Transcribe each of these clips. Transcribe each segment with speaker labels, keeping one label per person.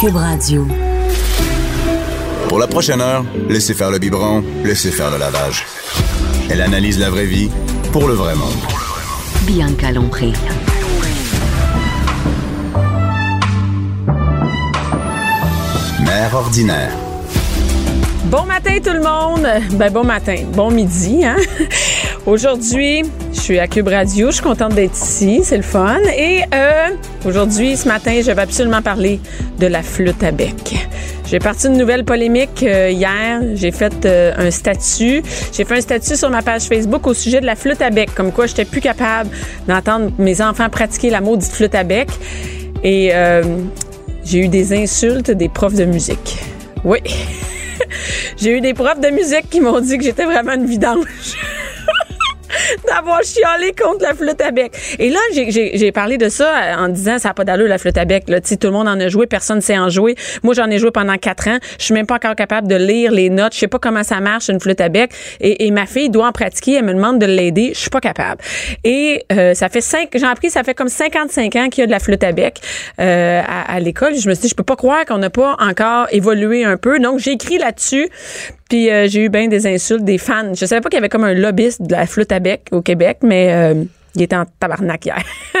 Speaker 1: Cube Radio.
Speaker 2: Pour la prochaine heure, laissez faire le biberon, laissez faire le lavage. Elle analyse la vraie vie pour le vrai monde.
Speaker 1: Bianca Lompré.
Speaker 2: Mère ordinaire.
Speaker 3: Bon matin tout le monde. Ben bon matin, bon midi. Hein? Aujourd'hui, je suis à Cube Radio. Je suis contente d'être ici. C'est le fun. Et euh, aujourd'hui, ce matin, je vais absolument parler de la flûte à bec. J'ai parti une nouvelle polémique euh, hier. J'ai fait euh, un statut. J'ai fait un statut sur ma page Facebook au sujet de la flûte à bec, comme quoi j'étais plus capable d'entendre mes enfants pratiquer la maudite flûte à bec. Et euh, j'ai eu des insultes des profs de musique. Oui. j'ai eu des profs de musique qui m'ont dit que j'étais vraiment une vidange. d'avoir chialé contre la flûte à bec. Et là, j'ai- j'ai j'ai parlé de ça euh, en disant ça n'a pas d'allure la flûte à bec. Là, Tu sais, tout le monde en a joué, personne ne sait en jouer. Moi, j'en ai joué pendant quatre ans. Je suis même pas encore capable de lire les notes. Je sais pas comment ça marche une flûte à bec. Et, et ma fille doit en pratiquer. Elle me demande de l'aider. Je suis pas capable. Et euh, ça fait cinq. J'ai appris, ça fait comme 55 ans qu'il y a de la flûte à bec euh, à, à l'école. Je me suis dit, je peux pas croire qu'on n'a pas encore évolué un peu. Donc, j'ai écrit là-dessus. Puis euh, j'ai eu bien des insultes des fans. Je savais pas qu'il y avait comme un lobbyiste de la flûte à bec au Québec, mais euh, il était en tabarnak hier.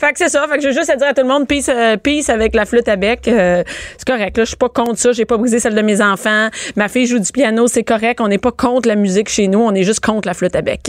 Speaker 3: fait que c'est ça. Fait que je veux juste à dire à tout le monde, peace, euh, peace avec la flûte à bec. Euh, c'est correct. Là, je suis pas contre ça. J'ai pas brisé celle de mes enfants. Ma fille joue du piano, c'est correct. On n'est pas contre la musique chez nous. On est juste contre la flûte à bec.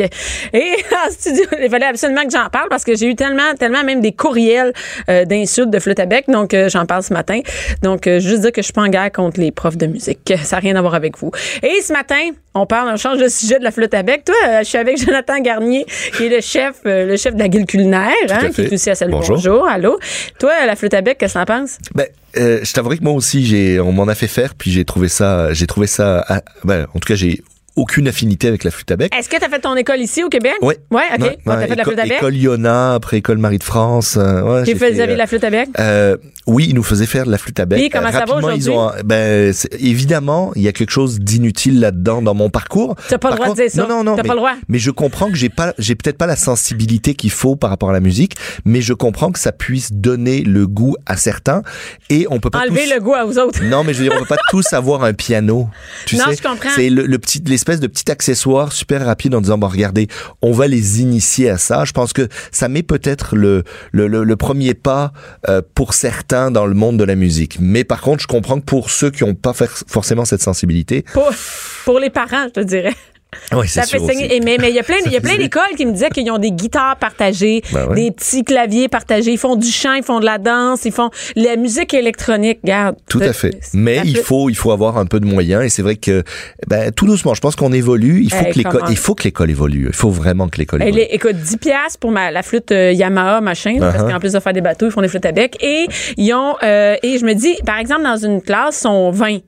Speaker 3: Et en studio, il fallait absolument que j'en parle parce que j'ai eu tellement, tellement même des courriels euh, d'insultes de flûte à bec. Donc, euh, j'en parle ce matin. Donc, euh, juste dire que je suis pas en guerre contre les profs de musique. Ça n'a rien à voir avec vous. Et ce matin, on parle, on change de sujet de la flûte à bec. Toi, euh, je suis avec Jonathan Garnier, qui est le chef, euh, le chef de la guilde culinaire, hein, qui
Speaker 4: fait.
Speaker 3: est aussi à celle
Speaker 4: Bonjour.
Speaker 3: allô. Toi, la flûte à bec, qu'est-ce que t'en penses?
Speaker 4: Ben, euh, je t'avouerai que moi aussi, j'ai, on m'en a fait faire, puis j'ai trouvé ça, j'ai trouvé ça, ah, ben, en tout cas, j'ai aucune affinité avec la flûte à bec.
Speaker 3: Est-ce que t'as fait ton école ici au Québec?
Speaker 4: Ouais.
Speaker 3: Ouais, ok.
Speaker 4: Ouais,
Speaker 3: Bon,
Speaker 4: ouais,
Speaker 3: t'as fait de la
Speaker 4: éco-
Speaker 3: flûte à bec?
Speaker 4: École Iona, après école Marie de France. euh, ouais,
Speaker 3: J'ai
Speaker 4: j'ai
Speaker 3: fait, vous
Speaker 4: fait,
Speaker 3: avez de
Speaker 4: euh,
Speaker 3: la flûte à bec?
Speaker 4: euh, oui, ils nous faisaient faire de la flûte à bec.
Speaker 3: Puis, comment ça va
Speaker 4: Rapidement, ils ont un- ben, c'est- évidemment, il y a quelque chose d'inutile là-dedans dans mon parcours.
Speaker 3: T'as pas le
Speaker 4: Par
Speaker 3: droit de dire ça.
Speaker 4: Non, non, non.
Speaker 3: T'as
Speaker 4: mais-
Speaker 3: pas le droit.
Speaker 4: Mais je comprends que j'ai pas, j'ai peut-être pas la sensibilité qu'il faut par rapport à la musique, mais je comprends que ça puisse donner le goût à certains et on peut pas
Speaker 3: Enlever
Speaker 4: tous-
Speaker 3: le goût à vous autres.
Speaker 4: Non, mais je veux dire, on peut pas tous avoir un piano. Tu
Speaker 3: Non,
Speaker 4: sais,
Speaker 3: je comprends.
Speaker 4: C'est le, le petit, l'espèce de petit accessoire super rapide en disant, bon, regardez, on va les initier à ça. Je pense que ça met peut-être le, le, le, le premier pas euh, pour certains dans le monde de la musique. Mais par contre, je comprends que pour ceux qui n'ont pas fer- forcément cette sensibilité,
Speaker 3: Pour, pour les parents, je te dirais.
Speaker 4: ouais,
Speaker 3: Ça
Speaker 4: c'est
Speaker 3: fait
Speaker 4: sûr
Speaker 3: saigner.
Speaker 4: aussi.
Speaker 3: Et mais mais il y a plein, il y a
Speaker 4: Ça
Speaker 3: plein
Speaker 4: fait-
Speaker 3: d'écoles qui me disaient qu'ils ont des guitares partagées,
Speaker 4: Ben ouais.
Speaker 3: des petits claviers partagés. Ils font du chant, ils font de la danse, ils font la musique électronique. Garde.
Speaker 4: Tout à fait. Mais il faut, il faut avoir un peu de moyens et c'est vrai que, ben, tout doucement, je pense qu'on évolue. Il faut
Speaker 3: Eh,
Speaker 4: que l'école,
Speaker 3: comment?
Speaker 4: il faut que l'école évolue. Il faut vraiment que l'école
Speaker 3: Elle
Speaker 4: évolue.
Speaker 3: est, écoute, 10 piastres pour ma, la flûte euh, Yamaha, machin, là, parce
Speaker 4: Uh-huh.
Speaker 3: qu'en plus de faire des bateaux, ils font des flûtes à bec. Et ils ont, euh, et je me dis, par exemple, dans une classe, ils sont 20.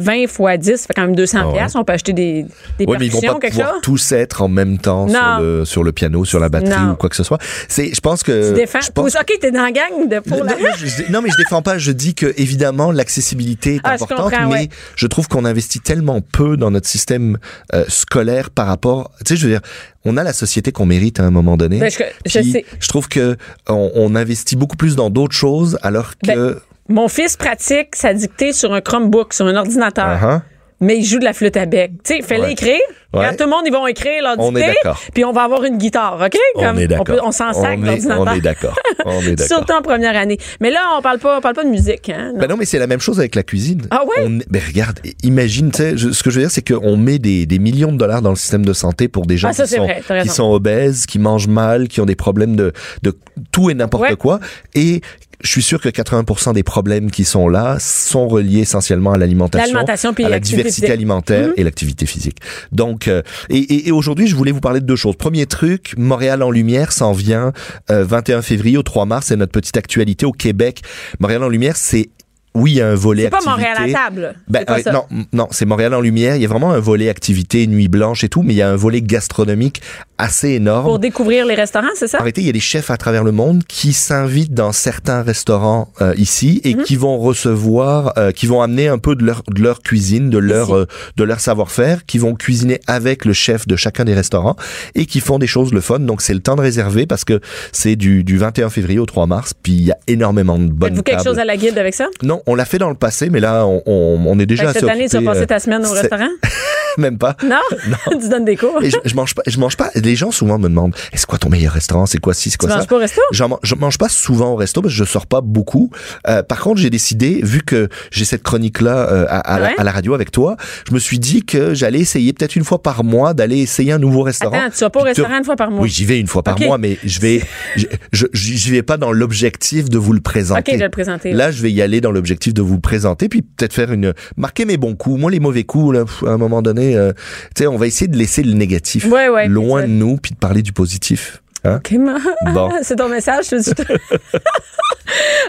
Speaker 3: 20 fois 10, ça fait quand même 200
Speaker 4: Ah ouais.
Speaker 3: piastres. On peut acheter des, des
Speaker 4: Oui, mais ils vont
Speaker 3: percussions,
Speaker 4: pas
Speaker 3: quelque
Speaker 4: pouvoir
Speaker 3: chose.
Speaker 4: tous être en même temps
Speaker 3: Non.
Speaker 4: sur le, sur le piano, sur la batterie
Speaker 3: Non.
Speaker 4: ou quoi que ce soit. C'est, je pense que.
Speaker 3: Tu défends.
Speaker 4: Euh, Je pense,
Speaker 3: OK, t'es dans la gang de, pour
Speaker 4: non,
Speaker 3: la...
Speaker 4: mais je, je- non, mais je défends pas. Je dis que évidemment l'accessibilité est
Speaker 3: Ah, je
Speaker 4: importante,
Speaker 3: comprends,
Speaker 4: mais
Speaker 3: ouais.
Speaker 4: je trouve qu'on investit tellement peu dans notre système euh, scolaire par rapport. Tu sais, je veux dire, on a la société qu'on mérite à un moment donné.
Speaker 3: Ben, je- je
Speaker 4: Puis,
Speaker 3: sais.
Speaker 4: je trouve que on, on investit beaucoup plus dans d'autres choses, alors que.
Speaker 3: Ben, Mon fils pratique sa dictée sur un Chromebook, sur un ordinateur.
Speaker 4: Uh-huh.
Speaker 3: Mais il joue de la flûte à bec. Tu sais, fallait
Speaker 4: Ouais.
Speaker 3: écrire.
Speaker 4: Ouais.
Speaker 3: Quand tout le monde, ils vont écrire leur
Speaker 4: On est
Speaker 3: dictée.
Speaker 4: d'accord.
Speaker 3: Puis on va avoir une guitare, OK?
Speaker 4: on
Speaker 3: Comme
Speaker 4: est
Speaker 3: peut-
Speaker 4: d'accord.
Speaker 3: On s'en sac
Speaker 4: On est-
Speaker 3: l'ordinateur.
Speaker 4: On est d'accord. On est d'accord.
Speaker 3: Surtout en première année. Mais là, on parle pas, on parle pas de musique. Hein? non.
Speaker 4: Ben non, mais c'est la même chose avec la cuisine.
Speaker 3: Ah ouais?
Speaker 4: On- ben regarde, imagine, tu sais, je- ce que je veux dire, c'est qu'on met des, des millions de dollars dans le système de santé pour des gens
Speaker 3: Ah, ça,
Speaker 4: qui,
Speaker 3: c'est
Speaker 4: sont,
Speaker 3: vrai, t'as raison.
Speaker 4: qui sont obèses, qui mangent mal, qui ont des problèmes de, de tout et n'importe
Speaker 3: Ouais.
Speaker 4: quoi. Et je suis sûr que 80% des problèmes qui sont là sont reliés essentiellement à l'alimentation,
Speaker 3: L'alimentation puis
Speaker 4: à la
Speaker 3: l'activité
Speaker 4: diversité
Speaker 3: physique.
Speaker 4: alimentaire et l'activité physique. Donc, euh, et, et- et aujourd'hui, je voulais vous parler de deux choses. Premier truc, Montréal en lumière s'en vient euh, 21 février au 3 mars. C'est notre petite actualité au Québec. Montréal en lumière, c'est oui, il y a un volet
Speaker 3: C'est pas
Speaker 4: activité.
Speaker 3: Montréal à table. là.
Speaker 4: Ben,
Speaker 3: C'est pas
Speaker 4: euh,
Speaker 3: ça.
Speaker 4: non, m- non, c'est Montréal en lumière. Il y a vraiment un volet activité, nuit blanche et tout, mais il y a un volet gastronomique assez énorme.
Speaker 3: Pour découvrir les restaurants, c'est ça?
Speaker 4: Arrêtez, il y a des chefs à travers le monde qui s'invitent dans certains restaurants euh, ici
Speaker 3: Mhm.
Speaker 4: et qui vont recevoir, euh, qui vont amener un peu de leur de leur cuisine, de leur
Speaker 3: Ici.
Speaker 4: euh, de leur savoir-faire, qui vont cuisiner avec le chef de chacun des restaurants et qui font des choses le fun. Donc c'est le temps de réserver parce que c'est du du 21 février au 3 mars. Puis il y a énormément de bonnes
Speaker 3: Faites-vous quelque
Speaker 4: tables.
Speaker 3: chose à la guide avec ça?
Speaker 4: Non, on l'a fait dans le passé, mais là, on, on- on est
Speaker 3: Fait
Speaker 4: déjà
Speaker 3: que
Speaker 4: assez
Speaker 3: cette année, tu as
Speaker 4: occupé,
Speaker 3: passé
Speaker 4: euh,
Speaker 3: ta semaine au
Speaker 4: c'est-
Speaker 3: restaurant?
Speaker 4: Même pas.
Speaker 3: Non? tu donnes des cours.
Speaker 4: Et je, je mange pas, je mange pas. Les gens souvent me demandent, est-ce quoi ton meilleur restaurant C'est quoi ci C'est
Speaker 3: Tu
Speaker 4: quoi ça
Speaker 3: manges pas au resto?
Speaker 4: J'en man- Je mange pas souvent au resto parce que je sors pas beaucoup. Euh, par contre, j'ai décidé, vu que j'ai cette chronique-là euh, à, à la-
Speaker 3: Ouais.
Speaker 4: à la radio avec toi, je me suis dit que j'allais essayer peut-être une fois par mois d'aller essayer un nouveau restaurant.
Speaker 3: Attends, tu vas pas au
Speaker 4: Puis te-
Speaker 3: restaurant une fois par mois?
Speaker 4: Oui, j'y vais une fois par
Speaker 3: Ok.
Speaker 4: mois, mais je vais, je, je- j'y vais pas dans l'objectif de vous le
Speaker 3: OK, je
Speaker 4: présenter.
Speaker 3: vais le présenter.
Speaker 4: Là, je vais y aller dans l'objectif de vous le présenter, puis peut-être faire une marquer mes bons coups, moi les mauvais coups. Là, pff, à un moment donné, euh, tu sais, on va essayer de laisser le négatif
Speaker 3: Ouais, ouais,
Speaker 4: loin
Speaker 3: exact.
Speaker 4: de nous, puis de parler du positif. Hein?
Speaker 3: OK, ma-
Speaker 4: Bon.
Speaker 3: c'est ton message. je te-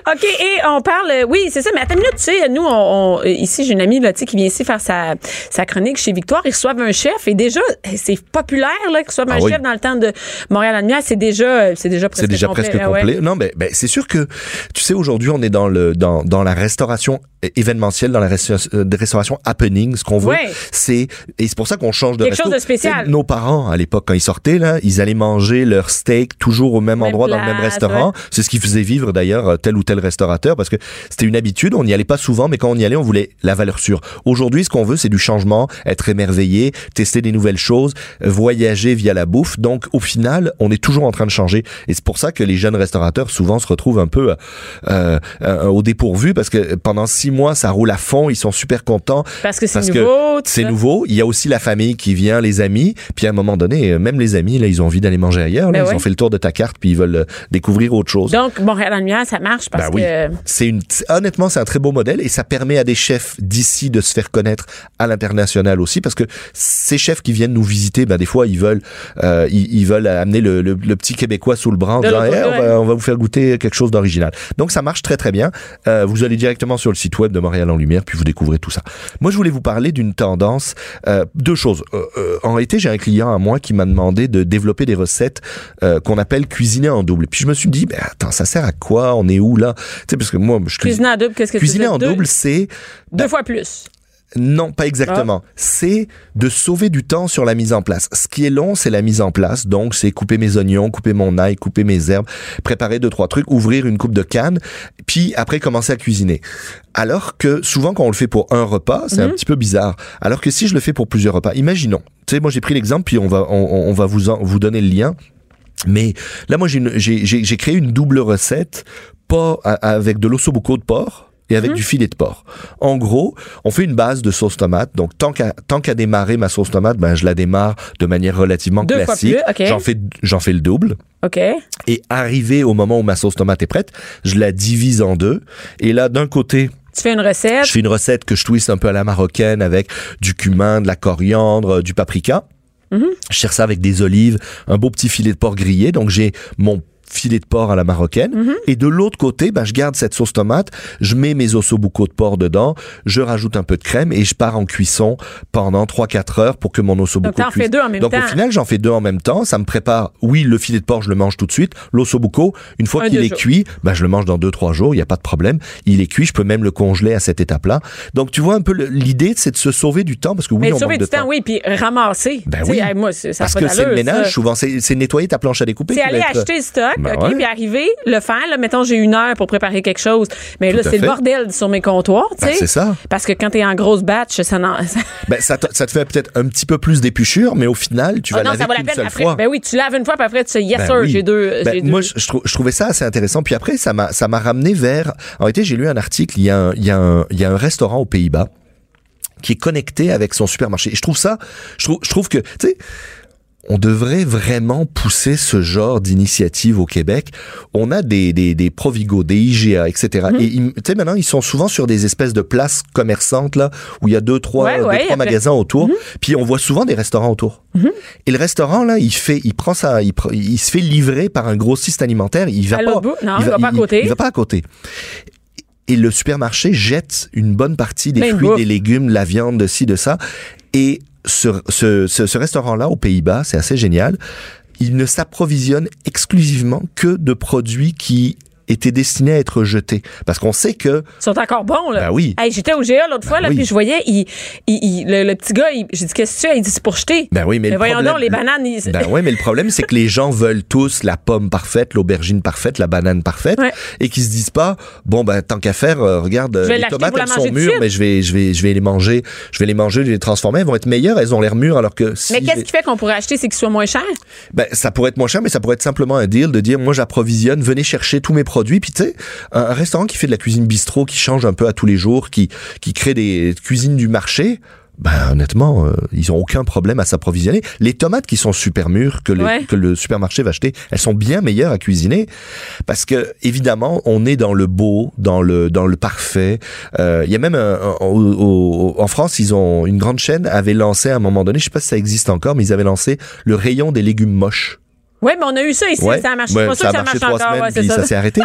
Speaker 3: OK, et on parle. euh, Oui, c'est ça, mais attends une minute, tu sais, nous, on, on- euh, ici, j'ai une amie là, tu sais, qui vient ici faire sa, sa chronique chez Victoire. Ils reçoivent un chef et déjà, eh, c'est populaire là, qu'ils reçoivent
Speaker 4: Ah
Speaker 3: un
Speaker 4: oui.
Speaker 3: chef dans le temps de Montréal à c'est déjà, euh, c'est déjà presque
Speaker 4: C'est déjà
Speaker 3: complet,
Speaker 4: presque
Speaker 3: là, ouais.
Speaker 4: complet. Non, mais ben, c'est sûr que, tu sais, aujourd'hui, on est dans le dans, dans la restauration é- événementielle, dans la restauration, euh, restauration happening. Ce qu'on veut,
Speaker 3: Ouais.
Speaker 4: c'est et c'est pour ça qu'on change de
Speaker 3: Quelque
Speaker 4: resto.
Speaker 3: chose de spécial.
Speaker 4: Tu sais, Nos parents, à l'époque, quand ils sortaient là, ils allaient manger leur steak toujours au même,
Speaker 3: Même
Speaker 4: endroit, dans le même
Speaker 3: place,
Speaker 4: restaurant. C'est ce qui faisait vivre d'ailleurs euh, tel ou tel restaurateur parce que c'était une habitude. On n'y allait pas souvent, mais quand on y allait, on voulait la valeur sûre. Aujourd'hui, ce qu'on veut, c'est du changement, être émerveillé, tester des nouvelles choses, euh, voyager via la bouffe. Donc, au final, on est toujours en train de changer. Et c'est pour ça que les jeunes restaurateurs souvent se retrouvent un peu euh, euh, euh, au dépourvu parce que pendant six mois, ça roule à fond. Ils sont super contents.
Speaker 3: Parce que c'est
Speaker 4: Parce que
Speaker 3: nouveau. tout
Speaker 4: C'est
Speaker 3: ça.
Speaker 4: nouveau. Il y a aussi la famille qui vient, les amis. Puis à un moment donné, euh, même les amis, là, ils ont envie d'aller manger ailleurs. Là,
Speaker 3: Ben
Speaker 4: ils
Speaker 3: ouais.
Speaker 4: ont fait le tour de ta carte, puis ils veulent euh, découvrir autre chose.
Speaker 3: Donc, Montréal en lumière, ça marche parce
Speaker 4: Ben oui.
Speaker 3: que.
Speaker 4: C'est une, c'est- honnêtement, c'est un très beau modèle et ça permet à des chefs d'ici de se faire connaître à l'international aussi parce que ces chefs qui viennent nous visiter, ben, des fois, ils veulent, euh, ils, ils veulent amener le, le- le petit Québécois sous le bras en
Speaker 3: De
Speaker 4: disant,
Speaker 3: l'autre
Speaker 4: Eh, on,
Speaker 3: côté,
Speaker 4: va, on va vous faire goûter quelque chose d'original. Donc, ça marche très, très bien. Euh, vous allez directement sur le site web de Montréal en Lumière puis vous découvrez tout ça. Moi, je voulais vous parler d'une tendance, euh, deux choses. Euh, euh, en été, j'ai un client à moi qui m'a demandé de développer des recettes euh, qu'on appelle cuisiner en double. Puis je me suis dit, ben attends, ça sert à quoi On est où là Tu sais, parce que moi, je cuisine.
Speaker 3: Cuisiner en double, qu'est-ce que
Speaker 4: Cuisiner
Speaker 3: tu veux
Speaker 4: en
Speaker 3: dire? Deux-
Speaker 4: double, ben- c'est
Speaker 3: Deux fois plus.
Speaker 4: non, pas exactement. C'est de sauver du temps sur la mise en place. Ce qui est long, c'est la mise en place. Donc, c'est couper mes oignons, couper mon ail, couper mes herbes, préparer deux, trois trucs, ouvrir une coupe de canne, puis après commencer à cuisiner. Alors que souvent, quand on le fait pour un repas, c'est un petit peu bizarre. Alors que si je le fais pour plusieurs repas, imaginons. Tu sais, moi, j'ai pris l'exemple, puis on va, on, on- on va vous, en- vous donner le lien. Mais là, moi, j'ai une- j'ai j'ai- j'ai créé une double recette, pas a- avec de l'ossobuco de porc et
Speaker 3: Mhm.
Speaker 4: avec du filet de porc. En gros, on fait une base de sauce tomate. Donc, tant qu'à tant qu'à démarrer ma sauce tomate, ben, je la démarre de manière relativement
Speaker 3: Deux fois
Speaker 4: classique.
Speaker 3: plus, ok.
Speaker 4: J'en fais, j'en fais le double.
Speaker 3: OK.
Speaker 4: Et arrivé au moment où ma sauce tomate est prête, je la divise en deux. Et là, d'un côté,
Speaker 3: Tu fais une recette.
Speaker 4: je fais une recette que je twiste un peu à la marocaine avec du cumin, de la coriandre, euh, du paprika.
Speaker 3: Mhm.
Speaker 4: Je sers ça avec des olives, un beau petit filet de porc grillé. Donc j'ai mon filet de porc à la marocaine.
Speaker 3: Mhm.
Speaker 4: Et de l'autre côté, ben, je garde cette sauce tomate, je mets mes ossobuco de porc dedans, je rajoute un peu de crème et je pars en cuisson pendant 3-4 heures pour que mon ossobuco
Speaker 3: Donc, t'en
Speaker 4: cuise.
Speaker 3: fais deux en même
Speaker 4: Donc
Speaker 3: temps.
Speaker 4: au final, j'en fais deux en même temps. Ça me prépare, oui, le filet de porc, je le mange tout de suite. L'ossobuco, une fois
Speaker 3: Un,
Speaker 4: qu'il
Speaker 3: deux
Speaker 4: est
Speaker 3: jours.
Speaker 4: cuit, ben, je le mange dans 2-3 jours, il n'y a pas de problème. Il est cuit, je peux même le congeler à cette étape-là. Donc tu vois un peu le- l'idée, c'est de se sauver du temps parce que oui,
Speaker 3: mais
Speaker 4: on
Speaker 3: sauver du
Speaker 4: manque de
Speaker 3: temps, oui, puis ramasser.
Speaker 4: Ben
Speaker 3: Tu sais,
Speaker 4: oui.
Speaker 3: hey, moi, c'est- ça a
Speaker 4: parce
Speaker 3: pas
Speaker 4: que c'est le
Speaker 3: d'allure,
Speaker 4: ménage,
Speaker 3: ça.
Speaker 4: souvent, c'est c'est nettoyer ta planche à découper.
Speaker 3: C'est
Speaker 4: puis
Speaker 3: aller
Speaker 4: mettre-
Speaker 3: acheter le stock,
Speaker 4: Ben
Speaker 3: OK,
Speaker 4: ouais.
Speaker 3: puis arriver, le faire. Là, mettons, j'ai une heure pour préparer quelque chose. Mais là,
Speaker 4: Tout à
Speaker 3: c'est le
Speaker 4: fait.
Speaker 3: bordel sur mes comptoirs, tu
Speaker 4: Ben,
Speaker 3: sais.
Speaker 4: c'est ça.
Speaker 3: Parce que quand t'es en grosse batch, ça n'en. ça-
Speaker 4: Ben, ça, te, ça te fait peut-être un petit peu plus d'épluchures, mais au final, tu
Speaker 3: Ah
Speaker 4: vas
Speaker 3: non,
Speaker 4: laver
Speaker 3: ça vaut la
Speaker 4: qu'une
Speaker 3: peine.
Speaker 4: seule
Speaker 3: Après,
Speaker 4: fois.
Speaker 3: ben oui, tu laves une fois, puis après, tu sais, yes,
Speaker 4: Ben
Speaker 3: sir,
Speaker 4: oui.
Speaker 3: j'ai deux.
Speaker 4: Ben,
Speaker 3: j'ai deux-
Speaker 4: moi, je, je trou- je trouvais ça assez intéressant. Puis après, ça m'a, ça m'a ramené vers. En réalité, j'ai lu un article. Il y a un, il y a un, il y a un restaurant aux Pays-Bas qui est connecté avec son supermarché. Et je trouve ça. Je trouve, je trouve que. Tu sais. On devrait vraiment pousser ce genre d'initiative au Québec. On a des, des, des Provigo, des IGA, etc.
Speaker 3: Mhm.
Speaker 4: Et ils- tu sais, maintenant, ils sont souvent sur des espèces de places commerçantes, là, où il y a deux, trois,
Speaker 3: Ouais,
Speaker 4: deux,
Speaker 3: ouais,
Speaker 4: trois
Speaker 3: après-
Speaker 4: magasins autour.
Speaker 3: Mhm.
Speaker 4: Puis on voit souvent des restaurants autour. Et le restaurant, là, il fait, il prend ça, il, pre- il se fait livrer par un grossiste alimentaire. Il va
Speaker 3: À
Speaker 4: pas,
Speaker 3: l'autre bout. Non, il va pas à côté.
Speaker 4: Il, va pas à côté. Et le supermarché jette une bonne partie des
Speaker 3: Plein de
Speaker 4: fruits,
Speaker 3: bouffe.
Speaker 4: des légumes, de la viande, de ci, de ça. Et ce, ce, ce, ce restaurant-là, aux Pays-Bas, c'est assez génial. Il ne s'approvisionne exclusivement que de produits qui étaient destinés à être jetés. Parce qu'on sait que...
Speaker 3: Ils sont encore bons, là.
Speaker 4: Ben oui. Ben
Speaker 3: Hey, J'étais au GA l'autre fois, là,
Speaker 4: oui.
Speaker 3: puis je voyais, il, il- il- le, le petit gars, il- j'ai dit, qu'est-ce que tu as? Il dit, c'est pour jeter.
Speaker 4: Ben oui,
Speaker 3: Mais
Speaker 4: mais, le
Speaker 3: voyons
Speaker 4: problème-
Speaker 3: donc, les bananes, ils-
Speaker 4: Ben oui, mais le problème, c'est que les gens veulent tous la pomme parfaite, l'aubergine parfaite, la banane parfaite,
Speaker 3: Ouais.
Speaker 4: et qu'ils se disent pas, bon ben tant qu'à faire, euh, regarde, euh,
Speaker 3: vais
Speaker 4: les
Speaker 3: l'acheter
Speaker 4: tomates
Speaker 3: pour la
Speaker 4: elles sont
Speaker 3: manger tout de
Speaker 4: mûres,
Speaker 3: suite.
Speaker 4: mais je vais, je vais, je vais les manger, je vais les manger, je vais les transformer, elles vont être meilleures, elles ont l'air mûres, alors que si
Speaker 3: Mais
Speaker 4: je
Speaker 3: qu'est-ce
Speaker 4: les-
Speaker 3: qui fait qu'on pourrait acheter, c'est qu'ils soient moins chers?
Speaker 4: ben, ça pourrait être moins cher, mais ça pourrait être simplement un deal de dire, moi j'approvisionne, venez chercher tous mes produits. Puis tu sais, un, un restaurant qui fait de la cuisine bistrot, qui change un peu à tous les jours, qui, qui crée des cuisines du marché, ben honnêtement, euh, ils ont aucun problème à s'approvisionner. Les tomates qui sont super mûres, que le,
Speaker 3: Ouais.
Speaker 4: que le supermarché va acheter, elles sont bien meilleures à cuisiner parce que évidemment, on est dans le beau, dans le dans le parfait. Euh, Il y a même un- un- au- au- en France, ils ont une grande chaîne avait lancé à un moment donné, je sais pas si ça existe encore, mais ils avaient lancé le rayon des légumes moches.
Speaker 3: Oui, mais on a eu ça ici, ça a marché.
Speaker 4: Ouais, Ben,
Speaker 3: Je suis
Speaker 4: ça
Speaker 3: pas
Speaker 4: a
Speaker 3: sûre que
Speaker 4: marché
Speaker 3: ça
Speaker 4: trois
Speaker 3: marche encore.
Speaker 4: semaines,
Speaker 3: ouais, c'est
Speaker 4: puis ça
Speaker 3: ça.
Speaker 4: s'est arrêté.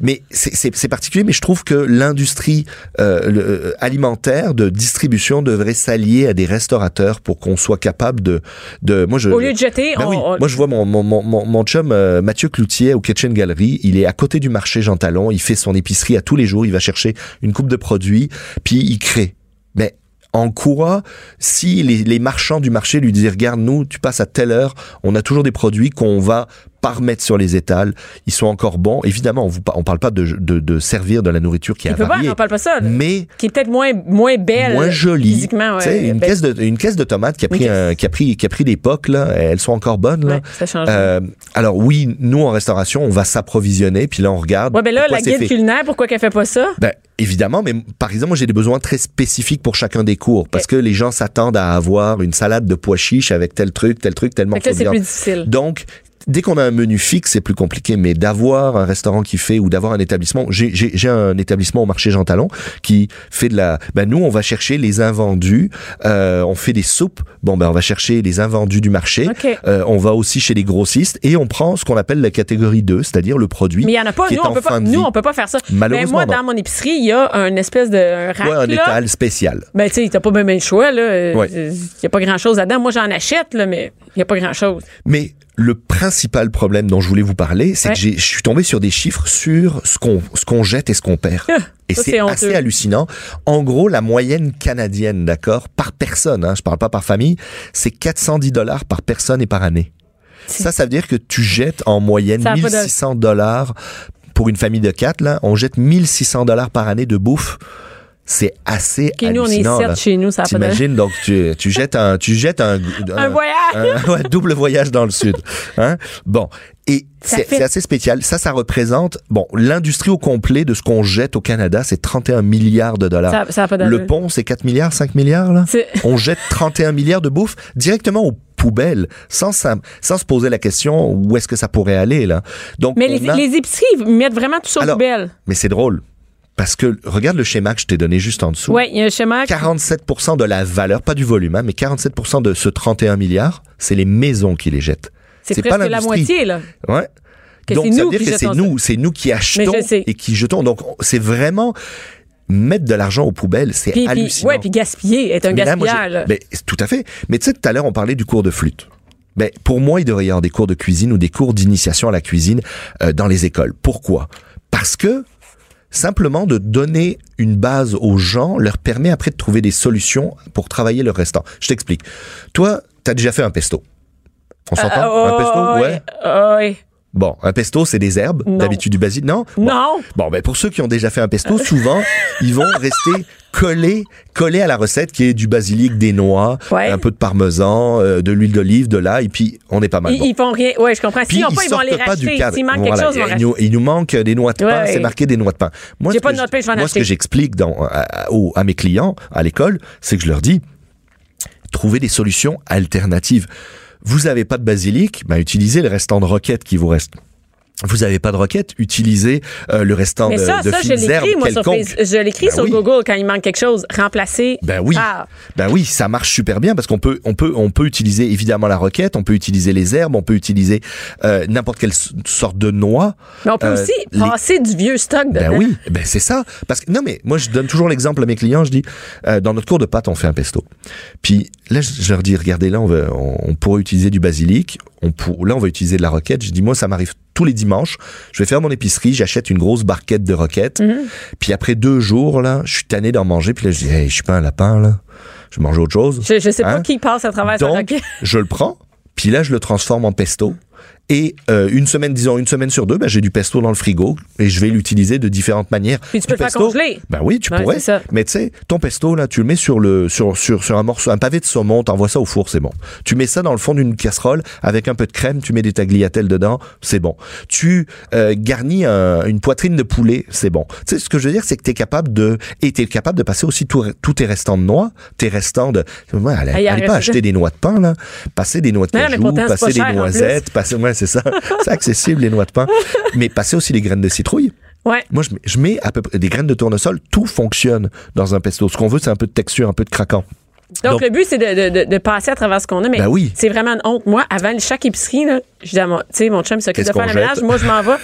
Speaker 4: mais c'est- c'est c'est particulier, mais je trouve que l'industrie euh, le- euh, alimentaire de distribution devrait s'allier à des restaurateurs pour qu'on soit capable de, de... Moi, je,
Speaker 3: Au lieu de jeter,
Speaker 4: ben
Speaker 3: on-
Speaker 4: oui.
Speaker 3: on-
Speaker 4: Moi, je vois mon, mon, mon, mon- mon chum euh, Mathieu Cloutier au Kitchen Gallery. Il est à côté du marché Jean Talon. Il fait son épicerie à tous les jours. Il va chercher une coupe de produits, puis il crée. Mais en quoi, si les, les marchands du marché lui disent, regarde, nous, tu passes à telle heure, on a toujours des produits qu'on va pas remettre sur les étals, ils sont encore bons. Évidemment, on vous pa- on parle pas de, de, de servir de la nourriture qui est
Speaker 3: Il peut pas,
Speaker 4: avariée,
Speaker 3: on parle pas ça. là.
Speaker 4: mais
Speaker 3: Qui est peut-être moins, moins belle.
Speaker 4: moins jolie.
Speaker 3: Physiquement,
Speaker 4: Tu sais,
Speaker 3: ouais.
Speaker 4: une,
Speaker 3: Ben,
Speaker 4: caisse de, une caisse de tomates qui a
Speaker 3: Une
Speaker 4: pris, un- qui a pris, qui a pris l'époque, là, elles sont encore bonnes, là.
Speaker 3: ouais, ça change.
Speaker 4: Euh, alors oui, nous en restauration, on va s'approvisionner, puis là on regarde.
Speaker 3: ouais, ben là,
Speaker 4: pourquoi
Speaker 3: la
Speaker 4: c'est
Speaker 3: guide
Speaker 4: fait.
Speaker 3: culinaire, pourquoi qu'elle fait pas ça?
Speaker 4: Ben, évidemment, mais par exemple, moi j'ai des besoins très spécifiques pour chacun des cours, parce que les gens s'attendent à avoir une salade de pois chiches avec tel truc, tel truc, tel
Speaker 3: Fait
Speaker 4: morceau
Speaker 3: que là,
Speaker 4: de
Speaker 3: c'est
Speaker 4: viande.
Speaker 3: plus difficile.
Speaker 4: Donc, dès qu'on a un menu fixe, c'est plus compliqué, mais d'avoir un restaurant qui fait ou d'avoir un établissement, j'ai- j'ai j'ai un établissement au marché Jean Talon qui fait de la... Ben nous, on va chercher les invendus, euh, on fait des soupes, bon ben on va chercher les invendus du marché,
Speaker 3: Ok.
Speaker 4: Euh, on va aussi chez les grossistes et on prend ce qu'on appelle la catégorie 2, c'est-à-dire le produit
Speaker 3: Mais il y en a pas.
Speaker 4: qui
Speaker 3: Nous,
Speaker 4: est
Speaker 3: on
Speaker 4: en
Speaker 3: peut
Speaker 4: fin
Speaker 3: pas,
Speaker 4: de
Speaker 3: nous,
Speaker 4: vie.
Speaker 3: on peut pas faire ça. Mais
Speaker 4: Malheureusement,
Speaker 3: moi,
Speaker 4: non.
Speaker 3: dans mon épicerie, il y a un espèce de un rack,
Speaker 4: Ouais, un
Speaker 3: là.
Speaker 4: étal spécial.
Speaker 3: Ben, tu sais, t'as pas même le choix, là. Euh, Il
Speaker 4: Ouais.
Speaker 3: n'y a pas grand-chose là-dedans. Moi, j'en achète, là, mais il n'y a pas grand-chose.
Speaker 4: Mais le principal problème dont je voulais vous parler, c'est
Speaker 3: Ouais.
Speaker 4: que j'ai- je suis tombé sur des chiffres sur ce qu'on ce qu'on jette et ce qu'on perd. Et
Speaker 3: Ah, ça,
Speaker 4: c'est
Speaker 3: c'est honteux.
Speaker 4: assez hallucinant. En gros, la moyenne canadienne, d'accord, par personne, hein, je parle pas par famille, c'est 410 dollars par personne et par année. Ça, ça veut dire que tu jettes en moyenne
Speaker 3: Ça a pas de-
Speaker 4: 1600 dollars pour une famille de quatre. Là, on jette 1600 dollars par année de bouffe. C'est assez
Speaker 3: Ok, nous, on est
Speaker 4: hallucinant. là.
Speaker 3: sept chez nous, ça a pas de-
Speaker 4: T'imagines donc tu, tu jettes un tu jettes un
Speaker 3: Un voyage!
Speaker 4: un Euh, ouais, double voyage dans le sud. Hein? Bon. Et
Speaker 3: Ça
Speaker 4: c'est
Speaker 3: fait-
Speaker 4: c'est assez spécial. Ça, ça représente, bon, l'industrie au complet de ce qu'on jette au Canada, c'est 31 milliards de dollars.
Speaker 3: Ça- ça a pas d'allure.
Speaker 4: le pont, c'est 4 milliards, 5 milliards, là?
Speaker 3: C'est-
Speaker 4: On jette 31 milliards de bouffe directement aux poubelles, sans, sa- sans se poser la question où est-ce que ça pourrait aller, là. Donc,
Speaker 3: Mais
Speaker 4: on
Speaker 3: les,
Speaker 4: a-
Speaker 3: les épiceries ils mettent vraiment tout ça aux
Speaker 4: Alors-
Speaker 3: poubelles.
Speaker 4: mais c'est drôle. Parce que, regarde le schéma que je t'ai donné juste en dessous.
Speaker 3: Oui, il y a un schéma.
Speaker 4: 47% de la valeur, pas du volume, hein, mais 47% de ce 31 milliards, c'est les maisons qui les jettent.
Speaker 3: C'est presque la
Speaker 4: l'industrie.
Speaker 3: moitié, là.
Speaker 4: Ouais.
Speaker 3: Que
Speaker 4: Donc,
Speaker 3: c'est
Speaker 4: ça
Speaker 3: nous
Speaker 4: veut
Speaker 3: qui
Speaker 4: dire que c'est
Speaker 3: jetons
Speaker 4: nous, c'est nous qui achetons
Speaker 3: je sais.
Speaker 4: et qui jetons. Donc, on- c'est vraiment mettre de l'argent aux poubelles, c'est
Speaker 3: Puis, puis,
Speaker 4: hallucinant.
Speaker 3: ouais, puis gaspiller, est un
Speaker 4: Mais là, moi,
Speaker 3: gaspillage.
Speaker 4: j'ai-
Speaker 3: là.
Speaker 4: ben, c'est tout à fait. Mais tu sais, tout à l'heure, on parlait du cours de flûte. Ben, pour moi, il devrait y avoir des cours de cuisine ou des cours d'initiation à la cuisine euh, dans les écoles. Pourquoi Parce que simplement de donner une base aux gens leur permet après de trouver des solutions pour travailler leur restant. Je t'explique. Toi, t'as déjà fait un pesto. On
Speaker 3: Euh,
Speaker 4: s'entend Un pesto, ouais.
Speaker 3: Ah, ouais.
Speaker 4: Bon, un pesto, c'est des herbes,
Speaker 3: Non.
Speaker 4: d'habitude du basilic. Non. Bon.
Speaker 3: Non.
Speaker 4: Bon, ben pour ceux qui ont déjà fait un pesto, souvent, ils vont rester collés, collés à la recette qui est du basilic, des noix,
Speaker 3: Ouais.
Speaker 4: un peu de parmesan, euh, de l'huile d'olive, de l'ail, puis on est pas mal.
Speaker 3: Ils,
Speaker 4: bon.
Speaker 3: ils font rien. Ouais, je comprends.
Speaker 4: Puis
Speaker 3: S'ils n'ont pas, ils vont les racheter. S'il manque quelque
Speaker 4: Voilà,
Speaker 3: chose, ils vont
Speaker 4: il, nous,
Speaker 3: racheter.
Speaker 4: il nous manque euh, des noix de pain,
Speaker 3: Ouais,
Speaker 4: c'est
Speaker 3: ouais.
Speaker 4: marqué des noix de pain. Moi,
Speaker 3: J'ai
Speaker 4: ce
Speaker 3: pas
Speaker 4: que
Speaker 3: de noix de pain, je vais en
Speaker 4: Moi, ce que
Speaker 3: acheter.
Speaker 4: j'explique dans, à, à- aux- à mes clients, à l'école, c'est que je leur dis, trouver des solutions alternatives. Vous n'avez pas de basilic, ben, utilisez le restant de roquette qui vous reste. Vous n'avez pas de roquette, utilisez euh, le restant
Speaker 3: Mais
Speaker 4: de,
Speaker 3: ça,
Speaker 4: de
Speaker 3: ça, je
Speaker 4: fines herbes
Speaker 3: l'écris, moi, sur
Speaker 4: quelconques.
Speaker 3: Facebook. Je l'écris
Speaker 4: Ben
Speaker 3: sur
Speaker 4: oui.
Speaker 3: Google quand il manque quelque chose. Remplacer. Ah.
Speaker 4: Ben oui.
Speaker 3: par-
Speaker 4: Ben oui, ça marche super bien parce qu'on peut on peut on peut utiliser évidemment la roquette, on peut utiliser les herbes, on peut utiliser euh, n'importe quelle s- sorte de noix.
Speaker 3: Mais on peut
Speaker 4: Euh,
Speaker 3: aussi
Speaker 4: les-
Speaker 3: passer du vieux stock dedans.
Speaker 4: Ben oui, ben c'est ça. Parce que non mais moi je donne toujours l'exemple à mes clients, je dis euh, dans notre cours de pâte on fait un pesto. Puis là je, je leur dis regardez là on, veut, on, on pourrait utiliser du basilic, on pour... là, on va utiliser de la roquette. Je dis, moi, ça m'arrive tous les dimanches. Je vais faire mon épicerie, j'achète une grosse barquette de roquette. Puis après deux jours, là, je suis tanné d'en manger. Puis là, je dis, hey, je suis pas un lapin, là. Je mange autre chose.
Speaker 3: Je, je sais pas
Speaker 4: Hein?
Speaker 3: qui passe à travers sa
Speaker 4: Donc,
Speaker 3: roquette.
Speaker 4: je le prends, puis là, je le transforme en pesto. Et euh, une semaine, disons, une semaine sur deux, ben, j'ai du pesto dans le frigo et je vais l'utiliser de différentes manières.
Speaker 3: Puis tu peux
Speaker 4: Du
Speaker 3: le faire
Speaker 4: pesto,
Speaker 3: congeler.
Speaker 4: Ben oui, tu
Speaker 3: Ouais,
Speaker 4: pourrais.
Speaker 3: c'est ça.
Speaker 4: Mais tu sais, ton pesto, là, tu le mets sur, le, sur, sur, sur un morceau, un pavé de saumon, t'envoies ça au four, c'est bon. Tu mets ça dans le fond d'une casserole avec un peu de crème, tu mets des tagliatelles dedans, c'est bon. Tu euh, garnis un- une poitrine de poulet, c'est bon. Tu sais, ce que je veux dire, c'est que t'es capable de... Et t'es capable de passer aussi tout- tous tes restants de noix, tes restants de... Ouais, allez,
Speaker 3: Ah, il y a
Speaker 4: allez
Speaker 3: un
Speaker 4: pas
Speaker 3: reste-
Speaker 4: acheter des noix de pain, là. Passer des noix de
Speaker 3: Non, mais
Speaker 4: cajou,
Speaker 3: pourtant, c'est pas
Speaker 4: passer des
Speaker 3: cher, en
Speaker 4: noisettes, passer... Ouais, c'est ça. c'est accessible, les noix de pain. mais passer aussi des graines de citrouille.
Speaker 3: Ouais.
Speaker 4: Moi, je mets, je mets à peu près des graines de tournesol. Tout fonctionne dans un pesto. Ce qu'on veut, c'est un peu de texture, un peu de craquant.
Speaker 3: Donc,
Speaker 4: Donc-
Speaker 3: le but, c'est de, de- de- de passer à travers ce qu'on a. Mais
Speaker 4: Ben oui.
Speaker 3: c'est vraiment une honte. Moi, avant chaque épicerie, là, je dis à mon, tu sais, mon chum s'occupe
Speaker 4: Qu'est-ce
Speaker 3: de faire
Speaker 4: qu'on
Speaker 3: le ménage.
Speaker 4: jette?
Speaker 3: Moi, je m'en vais.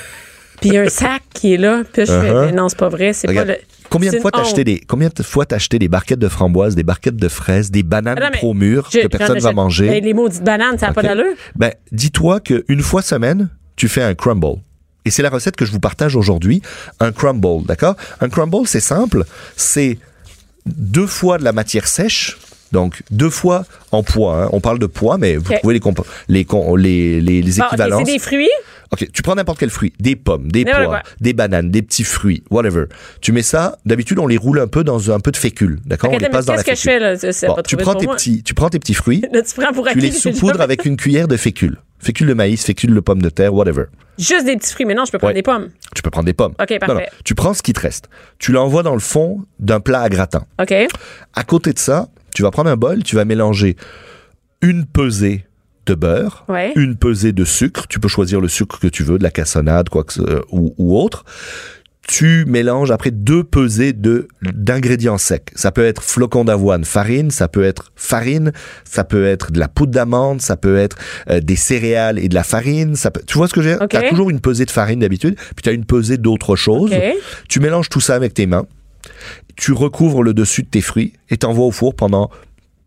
Speaker 3: Puis il y a un sac qui est là. Puis je fais,
Speaker 4: Uh-huh.
Speaker 3: mais non, c'est pas vrai. C'est pas
Speaker 4: Regarde.
Speaker 3: le.
Speaker 4: Combien
Speaker 3: c'est
Speaker 4: de fois
Speaker 3: une
Speaker 4: t'as acheté
Speaker 3: honte.
Speaker 4: des combien de fois t'as acheté des barquettes de framboises, des barquettes de fraises, des bananes
Speaker 3: Ah non, mais
Speaker 4: pro mûres
Speaker 3: je-
Speaker 4: que personne
Speaker 3: j'en
Speaker 4: va
Speaker 3: achète-
Speaker 4: manger
Speaker 3: Ben, les maudites bananes, ça n'a pas
Speaker 4: Ok.
Speaker 3: d'allure.
Speaker 4: Ben, dis-toi qu'une fois semaine, tu fais un crumble. Et c'est la recette que je vous partage aujourd'hui. Un crumble, d'accord Un crumble, c'est simple. C'est deux fois de la matière sèche. Donc, deux fois en poids. hein. On parle de poids, mais vous
Speaker 3: Ok.
Speaker 4: trouvez les, compo- les, con- les, les, les
Speaker 3: Ah, ok,
Speaker 4: équivalences.
Speaker 3: c'est des fruits.
Speaker 4: Ok, tu prends n'importe quel fruit, des pommes, des
Speaker 3: N'importe
Speaker 4: poires,
Speaker 3: quoi.
Speaker 4: des bananes, des petits fruits, whatever. Tu mets ça, d'habitude on les roule un peu dans un peu de fécule, d'accord
Speaker 3: Ok,
Speaker 4: On les
Speaker 3: attends, mais
Speaker 4: passe dans la
Speaker 3: Qu'est-ce que je fais,
Speaker 4: fécule.
Speaker 3: là? C'est- c'est
Speaker 4: Bon,
Speaker 3: pas
Speaker 4: tu
Speaker 3: trouvé
Speaker 4: prends
Speaker 3: pour
Speaker 4: tes
Speaker 3: moi.
Speaker 4: petits, tu prends tes petits fruits,
Speaker 3: Là, tu prends pour
Speaker 4: tu
Speaker 3: acquis.
Speaker 4: les
Speaker 3: j'ai déjà-
Speaker 4: saupoudres avec une cuillère de fécule. Fécule de maïs, fécule de pomme de terre, whatever.
Speaker 3: Juste des petits fruits. Mais non, je peux prendre
Speaker 4: Ouais.
Speaker 3: des pommes.
Speaker 4: Tu peux prendre des pommes.
Speaker 3: Ok, parfait.
Speaker 4: Tu prends ce qui te reste. Tu l'envoies dans le fond d'un plat à gratin.
Speaker 3: OK.
Speaker 4: À côté de ça, tu vas prendre un bol, tu vas mélanger une pesée de beurre,
Speaker 3: Ouais.
Speaker 4: une pesée de sucre. Tu peux choisir le sucre que tu veux, de la cassonade, quoi que ce- euh, ou, ou autre. Tu mélanges après deux pesées de d'ingrédients secs. Ça peut être flocons d'avoine, farine, ça peut être farine, ça peut être de la poudre d'amande, ça peut être euh, des céréales et de la farine. Ça peut, tu vois ce que j'ai
Speaker 3: Ok.
Speaker 4: Tu as toujours une pesée de farine d'habitude, puis tu as une pesée d'autre chose.
Speaker 3: Ok.
Speaker 4: Tu mélanges tout ça avec tes mains tu recouvres le dessus de tes fruits et t'envoies au four pendant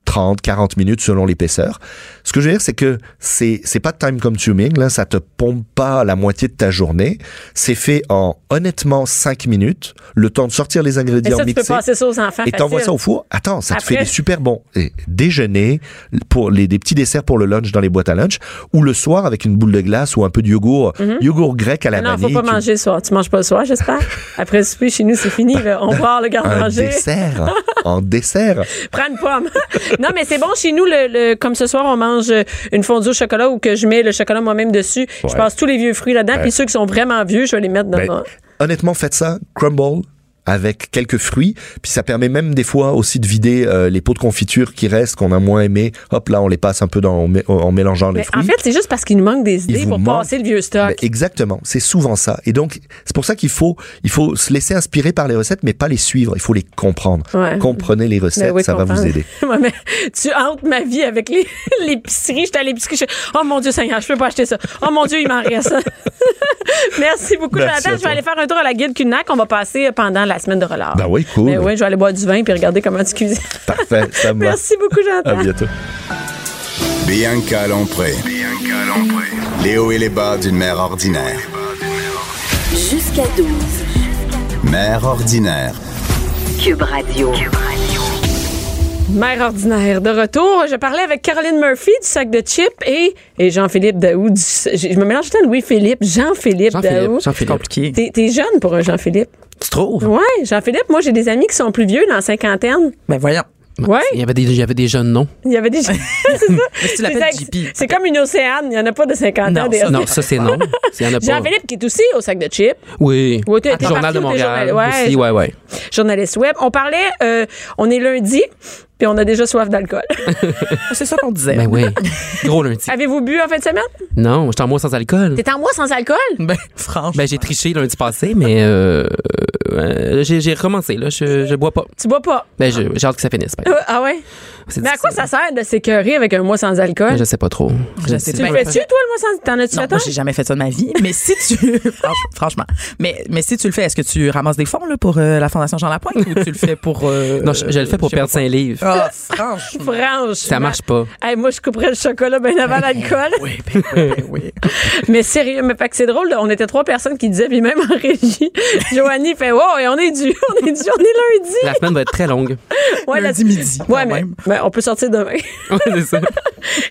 Speaker 4: 30, 40 minutes selon l'épaisseur. Ce que je veux dire, c'est que c'est, c'est pas time consuming, là, ça te pompe pas la moitié de ta journée. C'est fait en, honnêtement, 5 minutes, le temps de sortir les
Speaker 3: Et
Speaker 4: ingrédients
Speaker 3: ça, tu peux
Speaker 4: mixés.
Speaker 3: passer ça aux enfants.
Speaker 4: Et t'envoies
Speaker 3: facile.
Speaker 4: ça au four. Attends, ça te
Speaker 3: Après-
Speaker 4: fait des super bons et déjeuners pour les des petits desserts pour le lunch dans les boîtes à lunch ou le soir avec une boule de glace ou un peu de yogourt, yogourt grec à la
Speaker 3: Mm-hmm. Non,
Speaker 4: Ben, vanille.
Speaker 3: faut pas
Speaker 4: tu-
Speaker 3: manger le soir. Tu manges pas le soir, j'espère. Après le souper, chez nous, c'est fini. là. On part le
Speaker 4: Un
Speaker 3: garde-manger.
Speaker 4: dessert, en dessert.
Speaker 3: Prends une pomme. non, mais c'est bon chez nous. Le, le- comme ce soir, on mange euh, une fondue au chocolat ou que je mets le chocolat moi-même dessus. Je
Speaker 4: Ouais.
Speaker 3: passe tous les vieux fruits là-dedans. Puis ceux qui sont vraiment vieux, je vais les mettre dans
Speaker 4: Ben,
Speaker 3: mon-
Speaker 4: honnêtement, faites ça, crumble avec quelques fruits, puis ça permet même des fois aussi de vider euh, les pots de confiture qui restent, qu'on a moins aimé. Hop là, on les passe un peu dans, en, mé- en mélangeant les
Speaker 3: Mais
Speaker 4: fruits.
Speaker 3: en fait, c'est juste parce qu'il nous manque des
Speaker 4: Il
Speaker 3: idées
Speaker 4: vous
Speaker 3: pour
Speaker 4: manque-
Speaker 3: passer le vieux stock.
Speaker 4: Ben, exactement, c'est souvent ça. Et donc, c'est pour ça qu'il faut, il faut se laisser inspirer par les recettes, mais pas les suivre. Il faut les comprendre.
Speaker 3: Ouais.
Speaker 4: Comprenez les
Speaker 3: Ben
Speaker 4: recettes,
Speaker 3: oui,
Speaker 4: ça va
Speaker 3: comprendre.
Speaker 4: vous aider.
Speaker 3: Moi, mais tu hantes ma vie avec les- l'épicerie. J'étais à l'épicerie. je fais, Oh mon Dieu, Seigneur, je peux pas acheter ça. Oh mon Dieu, il m'en reste. Merci beaucoup,
Speaker 4: Merci
Speaker 3: Jonathan.
Speaker 4: à
Speaker 3: Je vais
Speaker 4: toi.
Speaker 3: aller faire un tour à la guilde Cunac. On va passer pendant la semaine de relâche.
Speaker 4: Ben oui, cool.
Speaker 3: Ben oui, je vais aller boire du vin puis regarder comment tu cuisines.
Speaker 4: Parfait, ça me va.
Speaker 3: Merci beaucoup,
Speaker 4: À
Speaker 3: Jonathan.
Speaker 4: bientôt.
Speaker 2: Bianca Lompré. Léo et les bas d'une mère ordinaire.
Speaker 1: Jusqu'à 12.
Speaker 2: Mère ordinaire.
Speaker 1: Cube Radio.
Speaker 3: Mère ordinaire, de retour, je parlais avec Caroline Murphy du sac de chips et, et Jean-Philippe Daou. Du, je je me mélange tout le temps Louis-Philippe, Jean-Philippe Daou.
Speaker 5: Jean-Philippe, Jean-Philippe. compliqué.
Speaker 3: T'es t'es jeune pour un Jean-Philippe.
Speaker 5: Tu trouves?
Speaker 3: Ouais, Jean-Philippe, moi j'ai des amis qui sont plus vieux, dans la cinquantaine.
Speaker 5: Ben voyons.
Speaker 3: Ouais.
Speaker 5: Il y avait des, il y avait des jeunes noms.
Speaker 3: Il y avait des. c'est
Speaker 5: Mais si tu
Speaker 3: ça.
Speaker 5: l'appelles
Speaker 3: C'est-
Speaker 5: JP.
Speaker 3: C'est comme une océane, il n'y en a pas de 50 ans.
Speaker 5: Non,
Speaker 3: des
Speaker 5: ça, non, ça c'est non. Il y en a pas.
Speaker 3: Jean-Philippe qui est aussi au sac de chips.
Speaker 5: Oui.
Speaker 3: Oui, t'es- t'es
Speaker 5: Journal
Speaker 3: parti
Speaker 5: de
Speaker 3: ou t'es
Speaker 5: Montréal.
Speaker 3: journal- ouais.
Speaker 5: aussi, ouais, ouais.
Speaker 3: journaliste web. On parlait, euh, on est lundi, puis on a déjà soif d'alcool.
Speaker 6: C'est ça qu'on disait.
Speaker 5: Ben oui. Gros lundi.
Speaker 3: Avez-vous bu en fin de semaine?
Speaker 5: Non, j'étais en mois sans alcool.
Speaker 3: T'es en mois sans alcool?
Speaker 6: Ben, franchement.
Speaker 5: Ben j'ai triché lundi passé, mais euh, euh, j'ai j'ai recommencé là. Je, je bois pas.
Speaker 3: Tu bois pas.
Speaker 5: Ben je- j'ai hâte que ça finisse. par
Speaker 3: Euh,
Speaker 5: exemple.
Speaker 3: Ah ouais?
Speaker 5: C'est
Speaker 3: Mais à quoi
Speaker 5: difficile.
Speaker 3: ça sert de s'écœurer avec un mois sans alcool?
Speaker 5: Je sais pas trop.
Speaker 6: Je sais
Speaker 3: Tu le
Speaker 6: pas.
Speaker 3: fais-tu, toi, le mois sans T'en as-tu
Speaker 6: Non,
Speaker 3: fait
Speaker 6: moi,
Speaker 3: un?
Speaker 6: j'ai jamais fait ça de ma vie. Mais si tu. franch- franchement. Mais, mais si tu le fais, est-ce que tu ramasses des fonds là, pour euh, la Fondation Jean Lapointe ou tu le fais pour. euh,
Speaker 5: Non, je, je le fais pour
Speaker 6: je sais
Speaker 5: perdre
Speaker 6: pas
Speaker 5: 5 livres.
Speaker 6: quoi. Ah, franchement.
Speaker 3: Franchement.
Speaker 5: Ça marche pas.
Speaker 3: Hey, moi, je couperais le chocolat bien avant l'alcool.
Speaker 6: Oui, ben oui, ben oui.
Speaker 3: Mais sérieux, mais fait que c'est drôle. là, On était trois personnes qui disaient, puis même en régie, Joanie fait Wow, et on est dû, on est dû, on est lundi.
Speaker 5: La semaine va être très longue.
Speaker 3: Ouais,
Speaker 6: Lundi
Speaker 3: la-
Speaker 6: midi. quand
Speaker 3: Ouais, mais,
Speaker 6: même.
Speaker 3: mais on peut sortir demain.
Speaker 5: Ouais, c'est ça.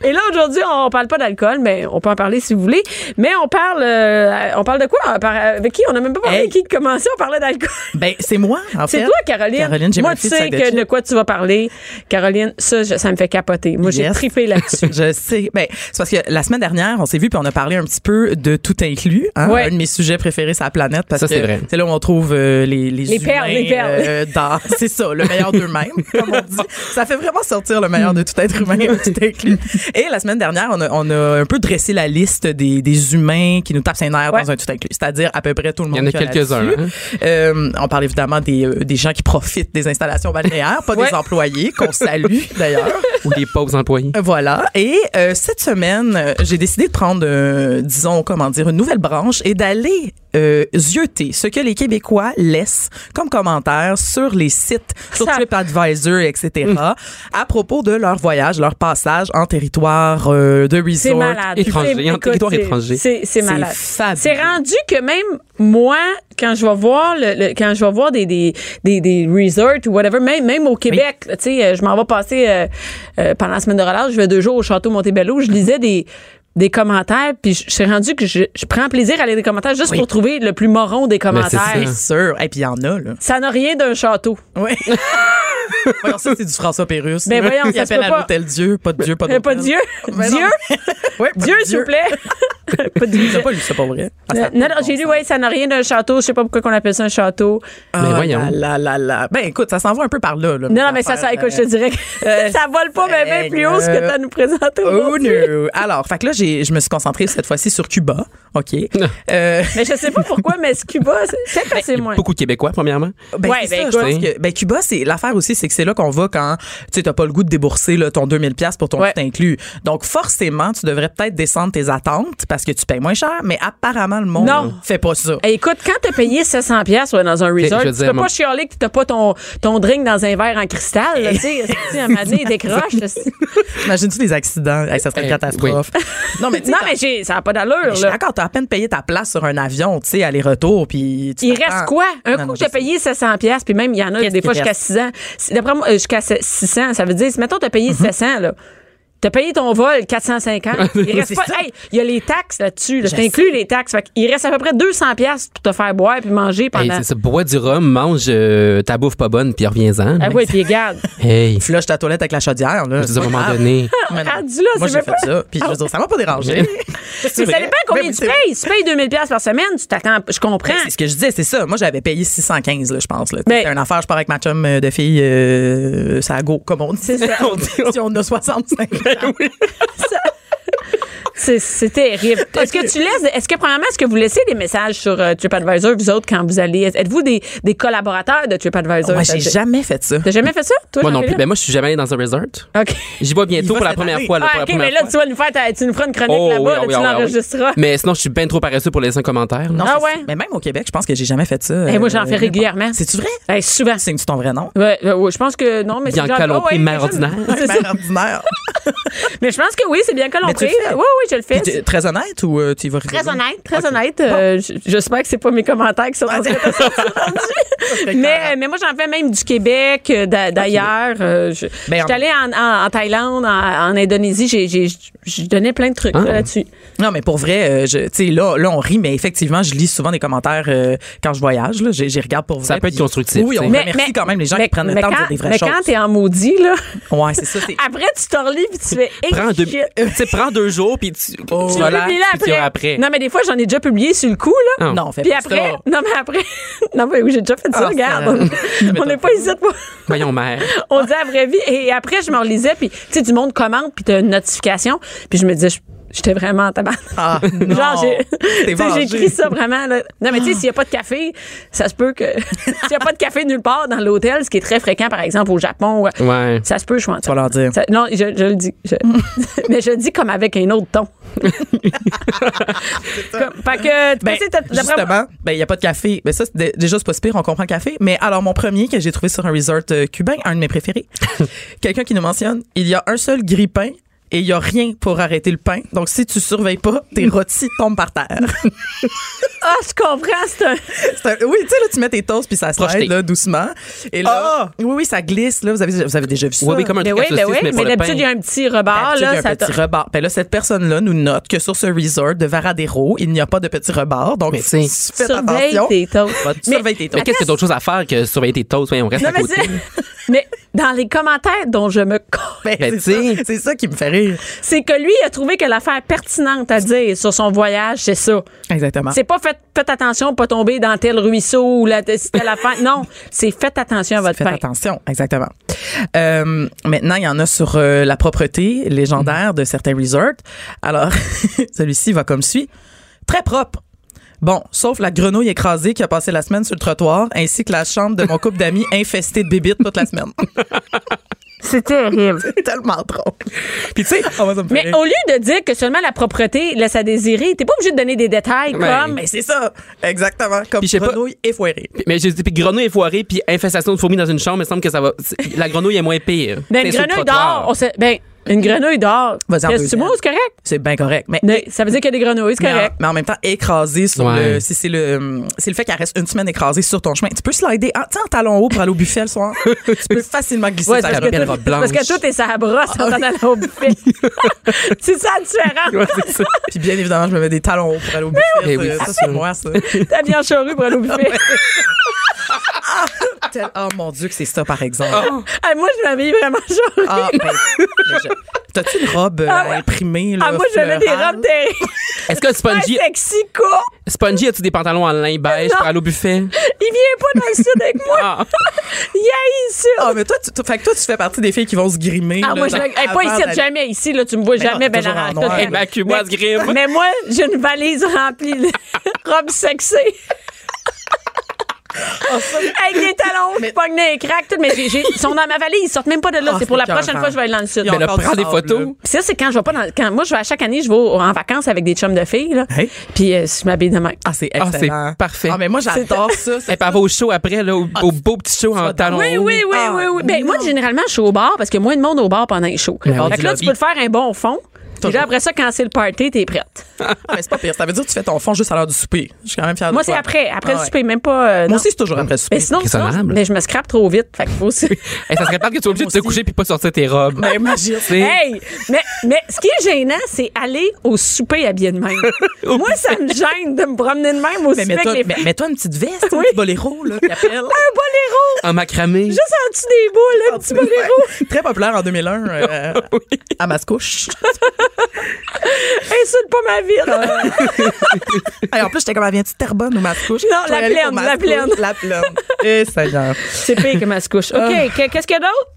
Speaker 3: Et là, aujourd'hui, on parle pas d'alcool, mais on peut en parler si vous voulez. Mais on parle, euh, on parle de quoi? On parle- avec qui? On n'a même pas parlé
Speaker 6: Hey.
Speaker 3: avec qui commencer, on parlait d'alcool.
Speaker 6: Ben, c'est moi, en fait.
Speaker 3: C'est toi, Caroline.
Speaker 6: Caroline, j'ai
Speaker 3: Moi,
Speaker 6: ma
Speaker 3: tu
Speaker 6: fille de
Speaker 3: sais
Speaker 6: sac de
Speaker 3: que
Speaker 6: chips.
Speaker 3: de quoi tu vas parler. Caroline, ça, je- ça me fait capoter. Moi, j'ai
Speaker 6: Yes.
Speaker 3: trippé là-dessus.
Speaker 6: Je sais. Ben, c'est parce que la semaine dernière, on s'est vu puis on a parlé un petit peu de tout inclus. Hein?
Speaker 3: Ouais.
Speaker 6: Un de mes sujets préférés, c'est la planète. Parce
Speaker 5: Ça,
Speaker 6: que
Speaker 5: c'est vrai.
Speaker 6: là où on trouve euh, les, les,
Speaker 3: Les
Speaker 6: humains,
Speaker 3: perles, les perles.
Speaker 6: euh, dans, c'est ça, le meilleur d'eux-mêmes, comme on dit. Ça fait vraiment sortir le meilleur de tout être humain, tout inclus. Et la semaine dernière, on a, on a un peu dressé la liste des, des humains qui nous tapent ses nerfs
Speaker 3: Ouais.
Speaker 6: dans un tout inclus. C'est-à-dire à peu près tout le monde.
Speaker 5: Il y en a
Speaker 6: qu'il
Speaker 5: quelques-uns.
Speaker 6: là-dessus.
Speaker 5: hein.
Speaker 6: Euh, on parle évidemment des, euh, des gens qui profitent des installations balnéaires, pas
Speaker 3: Ouais.
Speaker 6: des employés, qu'on salue d'ailleurs.
Speaker 5: Ou des pauvres employés.
Speaker 6: Voilà. Et euh, cette semaine, euh, j'ai décidé de prendre, euh, disons, comment dire, une nouvelle branche et d'aller euh, zioter ce que les Québécois laissent comme commentaires sur les sites, sur
Speaker 3: Ça- Mm.
Speaker 6: TripAdvisor, etc., à propos de leur voyage, leur passage en territoire euh, de resort.
Speaker 3: C'est malade.
Speaker 5: étranger,
Speaker 3: C'est-
Speaker 5: en territoire
Speaker 3: écoute,
Speaker 5: étranger.
Speaker 3: C'est c'est
Speaker 6: C'est
Speaker 3: malade.
Speaker 6: fabuleux.
Speaker 3: C'est rendu que même moi, quand je vais voir le, le- quand je vais voir des des, des, des resorts ou whatever, même même au Québec, là, tu sais, euh, je m'en vais passer euh, euh, pendant la semaine de relâche, je vais deux jours au château Montebello, je lisais des des commentaires, puis je je suis rendu que je, je prends plaisir à lire des commentaires juste pour trouver le plus moron des
Speaker 5: c'est
Speaker 3: commentaires.
Speaker 5: ça.
Speaker 6: Sûr. Et puis il y en a, là.
Speaker 3: Ça n'a rien d'un château.
Speaker 6: Oui. voyons, ça, c'est du François Pérusse.
Speaker 3: Ben voyons,
Speaker 6: il
Speaker 3: ça se
Speaker 6: appelle
Speaker 3: peut
Speaker 6: à
Speaker 3: pas.
Speaker 6: l'hôtel Dieu, pas de Dieu, pas de
Speaker 3: Euh, Pas Dieu.
Speaker 6: Ben non.
Speaker 3: Dieu,
Speaker 6: Ouais, pas de
Speaker 3: Dieu, s'il vous plaît. pas de Dieu.
Speaker 6: J'ai pas lu ça pour vrai. Ah, ça
Speaker 3: Euh,
Speaker 6: a
Speaker 3: non,
Speaker 6: pas
Speaker 3: non,
Speaker 6: de bon
Speaker 3: j'ai lu,
Speaker 6: sens.
Speaker 3: ouais, ça n'a rien d'un château. Je sais pas pourquoi qu'on appelle ça un château.
Speaker 5: Mais
Speaker 6: Ah
Speaker 5: voyons.
Speaker 6: Là, là, là, là. Ben écoute, ça s'en va un peu par là. euh, là
Speaker 3: Non, non, mais ça, ça, écoute, je te dirais que ça vole pas, mais même plus haut ce que t'as à nous présenter
Speaker 6: Oh
Speaker 3: aujourd'hui.
Speaker 6: no. Alors, fait que là, j'ai- je me suis concentrée cette fois-ci sur Cuba. OK. Euh,
Speaker 3: Mais je sais pas pourquoi, mais ce Cuba, c'est- peut-être que c'est
Speaker 5: Il y a
Speaker 3: moins.
Speaker 5: Beaucoup de Québécois, premièrement.
Speaker 6: ben,
Speaker 3: Ouais,
Speaker 6: c'est
Speaker 3: ben,
Speaker 6: ça, je
Speaker 5: écoute.
Speaker 6: pense que- ben, Cuba, c'est l'affaire aussi, c'est que c'est là qu'on va quand tu sais, t'as pas le goût de débourser là, ton 2000 pièces pour ton
Speaker 3: Ouais.
Speaker 6: tout inclus. Donc forcément, tu devrais peut-être descendre tes attentes parce que tu payes moins cher, mais apparemment le monde
Speaker 3: Non.
Speaker 6: fait pas ça.
Speaker 3: Hey, écoute, quand t'as payé 700 pièces dans un resort,
Speaker 5: je veux
Speaker 3: tu
Speaker 5: dire,
Speaker 3: peux
Speaker 5: mon-
Speaker 3: pas chialer que t'as pas ton, ton drink dans un verre en cristal. là, Tu sais, Si, à un moment donné, il décroche. là, si-
Speaker 6: Imagine-tu les accidents, Hey, ça serait une
Speaker 5: Eh,
Speaker 6: catastrophe. Non mais tu
Speaker 3: Eh.
Speaker 6: sais,
Speaker 3: Non,
Speaker 6: quand-
Speaker 3: mais j'ai- ça n'a pas d'allure.
Speaker 6: Je suis
Speaker 3: là.
Speaker 6: d'accord, t'as à peine payé ta place sur un avion, tu sais, aller-retour, puis tu
Speaker 3: Il
Speaker 6: t'attends.
Speaker 3: reste quoi? Un
Speaker 6: Ah. Non,
Speaker 3: coup
Speaker 6: non,
Speaker 3: que j'ai
Speaker 6: je sais.
Speaker 3: payé 700 pièces puis même, il y en a
Speaker 6: Qu'est-ce
Speaker 3: des fois
Speaker 6: qui
Speaker 3: jusqu'à 6 ans. C'est- D'après moi, euh, jusqu'à 600, ça veut dire, si, mettons, t'as payé
Speaker 6: Mhm.
Speaker 3: 700, là. T'as payé ton vol 450. Il reste
Speaker 6: C'est
Speaker 3: pas.
Speaker 6: ça.
Speaker 3: Hey, il y a les taxes là-dessus. Là.
Speaker 6: Je
Speaker 3: T'inclus les taxes. Fait qu'il reste à peu près 200 pièces pour te faire boire puis manger
Speaker 5: Hey,
Speaker 3: pendant.
Speaker 5: c'est ça, bois du rhum, mange euh, ta bouffe pas bonne, puis reviens-en.
Speaker 3: ah oui, puis regarde.
Speaker 5: Hey,
Speaker 6: Tu flushes ta toilette avec la chaudière, là.
Speaker 5: je veux dire, à un
Speaker 6: pas
Speaker 5: moment
Speaker 6: grave.
Speaker 5: donné.
Speaker 6: Mais non.
Speaker 3: Ah, Rendu là, c'est
Speaker 6: Moi, j'ai
Speaker 3: même
Speaker 6: fait
Speaker 3: pas-
Speaker 6: ça, puis je veux dire, ça m'a pas dérangé.
Speaker 3: Mais ça dépend combien tu payes. Tu payes 2000 pièces par semaine, tu t'attends. Je comprends.
Speaker 6: C'est ce que je disais, c'est ça. Moi, j'avais payé 615, là, je pense. là.
Speaker 3: Mais-
Speaker 6: C'était une affaire, je pars avec ma chum euh, de fille, euh, ça go, comme on dit. On Ben dit, si on a 65 ans.
Speaker 3: C'est- C'est terrible. Est-ce que tu laisses, est-ce que premièrement, est-ce que vous laissez des messages sur euh, TripAdvisor, vous autres, quand vous allez, êtes-vous des, des collaborateurs de TripAdvisor?
Speaker 6: Ah, Moi, j'ai
Speaker 3: Ça-
Speaker 6: jamais fait ça.
Speaker 3: T'as jamais fait ça, toi?
Speaker 5: Moi non plus.
Speaker 3: Jean-Philippe?
Speaker 5: Ben, moi, je suis jamais allé dans un resort.
Speaker 3: OK.
Speaker 5: J'y vais
Speaker 6: Il va
Speaker 5: bientôt pour la
Speaker 6: cette
Speaker 5: première
Speaker 6: année.
Speaker 5: fois. là, pour
Speaker 3: Ah,
Speaker 5: la
Speaker 3: OK,
Speaker 5: première
Speaker 3: mais là,
Speaker 5: fois.
Speaker 3: tu vas nous faire, ta- tu nous feras une chronique
Speaker 5: Oh, oui,
Speaker 3: là-bas,
Speaker 5: oh, oui,
Speaker 3: là, tu
Speaker 5: oh, oui.
Speaker 3: l'enregistreras.
Speaker 5: Mais sinon, je suis bien trop paresseux pour laisser un commentaire.
Speaker 6: Non,
Speaker 3: Ah
Speaker 6: c'est-
Speaker 3: ouais?
Speaker 6: Mais même au Québec, je pense que j'ai jamais fait ça.
Speaker 3: Eh, moi, j'en
Speaker 6: Euh,
Speaker 3: fais régulièrement.
Speaker 6: C'est-tu vrai?
Speaker 3: Eh, souvent.
Speaker 6: Signes-tu ton vrai nom?
Speaker 3: Ouais, euh, ouais, je pense que non, mais
Speaker 5: Bianca
Speaker 3: c'est genre- oh,
Speaker 5: Lompré,
Speaker 3: ouais,
Speaker 5: mère
Speaker 3: mais je-
Speaker 5: ordinaire.
Speaker 3: c'est ça.
Speaker 6: Mère ordinaire.
Speaker 3: Mais je pense que oui, c'est bien
Speaker 6: tu
Speaker 3: colompré.
Speaker 6: le
Speaker 3: Oui,
Speaker 6: fais?
Speaker 3: oui, je le fais.
Speaker 6: Puis t'es Très honnête ou euh, tu y vas
Speaker 3: Très
Speaker 6: rigoler?
Speaker 3: honnête, très honnête. Euh, j- J'espère que c'est pas mes commentaires qui sont dans cette
Speaker 6: serait
Speaker 3: mais,
Speaker 6: carrément.
Speaker 3: mais moi, j'en fais même du Québec, euh, d'a- d'ailleurs. Euh, Je
Speaker 6: Ben,
Speaker 3: j'étais
Speaker 6: en-
Speaker 3: allée en, en- en Thaïlande, en, en Indonésie. J'ai- j'ai- Je donnais plein de trucs
Speaker 5: Ah.
Speaker 3: là, là-dessus.
Speaker 6: Non, mais pour vrai, euh, je- tu sais, là, là, on rit, mais effectivement, je lis souvent des commentaires euh, quand je voyage. Là, j'y j'y regarde pour vrai.
Speaker 5: Ça peut être
Speaker 6: puis-
Speaker 5: constructif,
Speaker 6: Oui, on
Speaker 5: tu sais.
Speaker 6: remercie quand même les gens qui prennent le
Speaker 3: mais
Speaker 6: temps de
Speaker 3: quand-
Speaker 6: dire des vraies
Speaker 3: Mais
Speaker 6: choses.
Speaker 3: quand t'es en maudit, là,
Speaker 6: Ouais, c'est ça. c'est-
Speaker 3: après, tu t'en relis puis tu fais. Hey,
Speaker 5: Prends deux,
Speaker 3: shit.
Speaker 5: tu sais, prends deux jours, puis tu,
Speaker 6: Oh.
Speaker 5: tu
Speaker 3: Tu
Speaker 6: l'as
Speaker 5: relaxes,
Speaker 3: publies là
Speaker 5: puis tu iras après.
Speaker 3: Non, mais des fois, j'en ai déjà publié sur le coup, là.
Speaker 5: Ah.
Speaker 6: Non, on fait
Speaker 3: Puis
Speaker 6: pas
Speaker 3: après,
Speaker 6: ça.
Speaker 3: non, mais après, non, mais oui, j'ai déjà fait ça,
Speaker 6: Ah,
Speaker 3: regarde.
Speaker 6: ça-
Speaker 3: on n'est pas ici pour.
Speaker 5: Voyons, mère.
Speaker 3: On dit à la vraie vie. Et après, je me relisais, puis, tu sais, du monde commente, puis t'as une notification. Puis je me disais, je- j'étais vraiment en tabac.
Speaker 6: Ah, non.
Speaker 3: Genre, j'ai-
Speaker 6: T'es
Speaker 3: tu sais, j'ai
Speaker 6: vengé.
Speaker 3: écrit ça vraiment. là. Non, mais tu sais, s'il n'y a pas de café, ça se peut que. s'il n'y a pas de café nulle part dans l'hôtel, ce qui est très fréquent, par exemple, au Japon,
Speaker 5: Ouais.
Speaker 3: ça se peut, je suis en
Speaker 6: Tu vas leur dire.
Speaker 3: ça- non, je, je le dis. Je- mais je le dis comme avec un autre ton. Comme- fait que,
Speaker 6: Ben,
Speaker 3: tu sais, t'as- d'après moi-
Speaker 6: justement, ben il y a pas de café. Ben ça c'est dé- déjà c'est pas si pire, on comprend le café, mais alors mon premier que j'ai trouvé sur un resort euh, cubain, un de mes préférés. Quelqu'un qui nous mentionne, il y a un seul grille-pain et il y a rien pour arrêter le pain. Donc si tu surveilles pas, tes rôtis tombent par terre.
Speaker 3: Ah, je comprends, c'est un.
Speaker 6: C'est un- oui, tu sais là tu mets tes toasts puis ça
Speaker 5: Projeté.
Speaker 6: slide là doucement et
Speaker 3: Ah!
Speaker 6: là oui oui, ça glisse là, vous avez vous avez déjà vu ça.
Speaker 5: Ouais, oui, comme un
Speaker 3: Mais
Speaker 5: truc
Speaker 3: Ben oui,
Speaker 5: à
Speaker 3: mais
Speaker 5: saucisse,
Speaker 3: oui.
Speaker 5: mais pour
Speaker 3: Mais
Speaker 5: le pain.
Speaker 3: d'habitude, il y a un petit rebord,
Speaker 6: D'habitude, il y a
Speaker 3: Ah, là.
Speaker 6: un
Speaker 3: ça
Speaker 6: petit
Speaker 3: t'a-
Speaker 6: rebord. Ben là, cette personne-là nous note que sur ce resort de Varadero, il n'y a pas de petit rebord. Donc,
Speaker 5: Mais tu
Speaker 6: faites
Speaker 5: sais.
Speaker 3: Surveille
Speaker 6: attention.
Speaker 3: tes toasts.
Speaker 6: Va-
Speaker 3: Mais-
Speaker 6: surveille tes
Speaker 5: Mais
Speaker 6: toasts.
Speaker 5: qu'est-ce que d'autres choses à faire que surveiller tes toasts? Voyons, on reste
Speaker 3: Non,
Speaker 5: à
Speaker 3: mais,
Speaker 5: côté.
Speaker 3: c'est- mais dans les commentaires dont je me colle,
Speaker 6: Ben,
Speaker 5: Ben,
Speaker 6: c'est
Speaker 5: tu
Speaker 6: ça,
Speaker 5: sais.
Speaker 6: c'est ça qui me fait rire.
Speaker 3: c'est que lui il a trouvé que l'affaire pertinente à dire sur son voyage, c'est ça.
Speaker 5: Ah.
Speaker 6: Exactement.
Speaker 3: C'est pas fait, faites attention, pas tomber dans tel ruisseau ou la, si telle affaire. Non, c'est faites attention à votre
Speaker 6: Faites
Speaker 3: pain.
Speaker 6: attention, exactement. Euh, maintenant, il y en a sur euh, la propreté légendaire de certains resorts. Alors, celui-ci va comme suit. Très propre. Bon, sauf la grenouille écrasée qui a passé la semaine sur le trottoir, ainsi que la chambre de mon couple d'amis infestée de bébites toute la semaine.
Speaker 3: C'est terrible.
Speaker 6: C'est tellement drôle. Puis tu sais, oh, on va ça me fait
Speaker 3: Mais
Speaker 6: rire.
Speaker 3: au lieu de dire que seulement la propreté laisse à désirer, t'es pas obligé de donner des détails
Speaker 5: Ouais.
Speaker 3: comme
Speaker 6: Mais c'est ça, exactement, comme
Speaker 5: Puis je sais pas-
Speaker 6: grenouille effoirée.
Speaker 5: Puis- Mais j'ai dit, puis grenouille effoirée, puis infestation de fourmis dans une chambre, il me semble que ça va. c'est- La grenouille est moins pire.
Speaker 3: ben, une
Speaker 5: C'est sur le
Speaker 3: grenouille
Speaker 5: trottoir.
Speaker 3: d'or. on sait- Ben, une grenouille d'or.
Speaker 6: Vas-y en
Speaker 3: Qu'est-ce que tu
Speaker 6: deuxième.
Speaker 3: moi, c'est correct?
Speaker 6: C'est bien correct. Mais
Speaker 3: Mais ça veut dire qu'il y a des grenouilles, c'est
Speaker 6: Mais en-
Speaker 3: correct.
Speaker 6: Mais en, même temps, écrasé sur
Speaker 5: Ouais.
Speaker 6: le. Si c'est le, c'est le fait qu'elle reste une semaine écrasée sur ton chemin. Tu peux slider en, tu sais, en talon haut pour aller au buffet le soir. tu peux facilement glisser
Speaker 3: Ouais,
Speaker 6: ta
Speaker 3: parce,
Speaker 5: la
Speaker 3: que
Speaker 5: belle
Speaker 3: tout,
Speaker 5: robe blanche. Ah
Speaker 3: parce que tout est sa brosse en allant au buffet. c'est ça la différence.
Speaker 5: Ouais, c'est ça.
Speaker 6: Puis bien évidemment, je me mets des talons hauts pour aller au buffet.
Speaker 5: oui.
Speaker 6: ça,
Speaker 5: Eh oui,
Speaker 6: ça,
Speaker 5: c'est
Speaker 6: c'est
Speaker 5: sûr.
Speaker 6: moi, ça.
Speaker 3: T'as bien charru pour aller au
Speaker 5: Ah
Speaker 3: buffet.
Speaker 6: Tel- oh mon Dieu, que c'est ça, par exemple.
Speaker 3: Ah, moi, je m'habille vraiment charrue.
Speaker 6: Ah, ben, mais je- T'as-tu une robe euh,
Speaker 3: Ah ouais.
Speaker 6: imprimée? Là,
Speaker 3: Ah, moi, j'avais des
Speaker 6: florale?
Speaker 3: robes terribles.
Speaker 5: Est-ce que
Speaker 3: Un
Speaker 5: Spongy,
Speaker 3: sexy court.
Speaker 5: Spongy a-tu des pantalons en lin beige
Speaker 3: Non.
Speaker 5: pour aller au buffet?
Speaker 3: Il vient pas dans le sud avec moi.
Speaker 5: Ah.
Speaker 3: Il est ici.
Speaker 6: Ah, mais toi tu, tu- fait que toi, tu fais partie des filles qui vont se grimer.
Speaker 3: Ah,
Speaker 6: là,
Speaker 3: moi, je
Speaker 6: dans-
Speaker 3: le- hey,
Speaker 6: avant
Speaker 3: pas ici,
Speaker 6: d'aller-
Speaker 3: jamais ici, là, tu me vois
Speaker 6: Mais non,
Speaker 3: jamais,
Speaker 6: t'es
Speaker 3: ben,
Speaker 6: toujours en
Speaker 3: arrête.
Speaker 6: noir.
Speaker 3: Hey,
Speaker 6: Ben,
Speaker 5: Évacue-moi
Speaker 3: mais-
Speaker 5: ce grime.
Speaker 3: Mais moi, j'ai une valise remplie de robes sexy.
Speaker 6: Oh,
Speaker 3: Avec des talons, je pogne des cracks, tout, mais j'ai- j'ai- ils sont dans ma valise, ils sortent même pas de là.
Speaker 6: Ah,
Speaker 3: c'est pour
Speaker 6: c'est
Speaker 3: la prochaine
Speaker 6: écœurant.
Speaker 3: fois que je vais aller dans le sud.
Speaker 6: Ils ont
Speaker 5: Ben là,
Speaker 6: encore du
Speaker 5: prends des
Speaker 6: sable,
Speaker 5: photos.
Speaker 6: là.
Speaker 3: Puis ça, c'est quand je vais pas dans. Quand, moi, je vais à chaque année, je vais au- en vacances avec des chums de filles, là.
Speaker 6: Hey.
Speaker 3: Puis euh, je m'habille de même.
Speaker 6: Ah, c'est
Speaker 5: Ah, c'est
Speaker 6: excellent.
Speaker 5: parfait.
Speaker 6: Ah, mais moi, j'adore ça.
Speaker 5: Et puis elle va au show après, là, au,
Speaker 3: Ah,
Speaker 5: au beau petit show en talons.
Speaker 3: Oui, oui, oui,
Speaker 6: Ah,
Speaker 3: oui, oui. Ben, moi, généralement, je suis au bar parce qu'il y a moins de monde au bar pendant les shows.
Speaker 6: Ben,
Speaker 5: oui.
Speaker 3: fait que là, tu peux te faire un bon fond. Puis là, après ça, quand c'est le party, t'es prête.
Speaker 6: Ah, mais c'est pas pire. Ça veut dire que tu fais ton fond juste à l'heure du souper. Je suis quand même fière
Speaker 3: Moi,
Speaker 6: de
Speaker 3: c'est
Speaker 6: toi.
Speaker 3: après. Après
Speaker 6: Ah
Speaker 3: le
Speaker 6: ouais.
Speaker 3: souper, même pas. euh, non.
Speaker 6: Moi aussi, c'est toujours après le souper.
Speaker 3: Mais sinon,
Speaker 5: Raisonnable.
Speaker 3: sinon, mais je me scrape trop vite. Fait qu'il faut aussi.
Speaker 5: Et ça serait pas que tu sois obligé de te
Speaker 6: Moi aussi.
Speaker 5: coucher puis pas sortir tes robes.
Speaker 6: Ben, imagine.
Speaker 5: Tu sais.
Speaker 3: hey! Mais, mais ce qui est gênant, c'est aller au souper habillé de même. Moi, ça me gêne de me promener de même au
Speaker 6: Mais
Speaker 3: souper
Speaker 6: mets-toi
Speaker 3: avec les
Speaker 6: mais- mets-toi une petite veste,
Speaker 3: Oui.
Speaker 6: un petit boléro, là, qui appelle.
Speaker 3: Un boléro!
Speaker 6: Ah.
Speaker 5: En macramé.
Speaker 3: Juste en dessous des boules, un petit boléro!
Speaker 6: Ouais. Très populaire en 2001 euh, à Mascouche.
Speaker 3: Insulte pas ma ville!
Speaker 6: Ah. Et en plus, j'étais comme, elle vient-tu de Terrebonne ou Mascouche?
Speaker 3: Non,
Speaker 6: Je vais
Speaker 3: la
Speaker 6: aller pour
Speaker 3: plaine, la
Speaker 6: Mascouche,
Speaker 3: plaine.
Speaker 6: La plaine. Et Seigneur.
Speaker 3: c'est pire que ma couche. OK, que- qu'est-ce qu'il y a d'autre?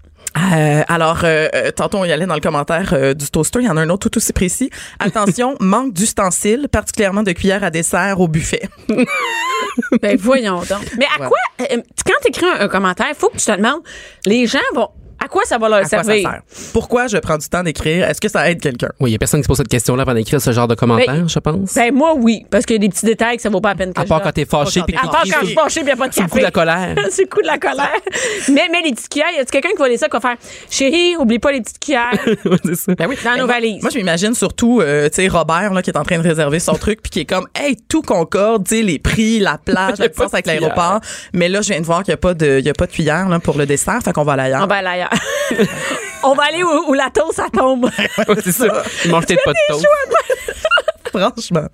Speaker 6: Euh, alors, euh, euh, tantôt, on y allait dans le commentaire euh, du toaster. Il y en a un autre tout aussi précis. Attention, manque d'ustensiles, particulièrement de cuillères à dessert au buffet.
Speaker 3: Ben voyons donc. Mais à quoi, euh, quand tu écris un, un commentaire, faut que tu te demandes, les gens vont, à quoi ça va leur
Speaker 6: À quoi ça
Speaker 3: servir?
Speaker 6: sert? Pourquoi je prends du temps d'écrire? Est-ce que ça aide quelqu'un?
Speaker 5: Oui, il y a personne qui se pose cette question-là avant d'écrire ce genre de commentaire, je pense.
Speaker 3: ben moi, oui, parce qu'il y a des petits détails que ça vaut pas la peine que
Speaker 5: à
Speaker 3: je
Speaker 5: part
Speaker 3: donne.
Speaker 5: quand t'es fâché puis que
Speaker 3: À part
Speaker 5: t'écris
Speaker 3: quand je
Speaker 5: sous-
Speaker 3: suis penchée, puis il n'y a pas de
Speaker 5: sous le coup de la
Speaker 3: café.
Speaker 5: colère.
Speaker 3: C'est le coup de la colère. mais, mais les petites cuillères, y a quelqu'un qui va laisser qu'on va faire Chérie, oublie pas les petites cuillères
Speaker 5: C'est ça.
Speaker 6: Ben oui.
Speaker 3: dans
Speaker 6: Mais
Speaker 3: nos
Speaker 6: moi-
Speaker 3: valises.
Speaker 6: Moi, je m'imagine surtout, euh, tu sais, Robert, là, qui est en train de réserver son truc, puis qui est comme, hey, tout concorde, tu sais, les prix, la plage, la
Speaker 5: a pas
Speaker 6: distance avec
Speaker 5: de
Speaker 6: l'aéroport. Mais là, je viens de voir qu'il n'y a pas de, il y a pas de cuillère, là, pour le dessert. Fait qu'on va aller
Speaker 3: On
Speaker 6: ailleurs.
Speaker 3: va aller ailleurs. On va aller où, où la toast, ça tombe.
Speaker 5: Ouais, c'est ça. Ils mangent peut-être pas de toast.
Speaker 6: Franchement.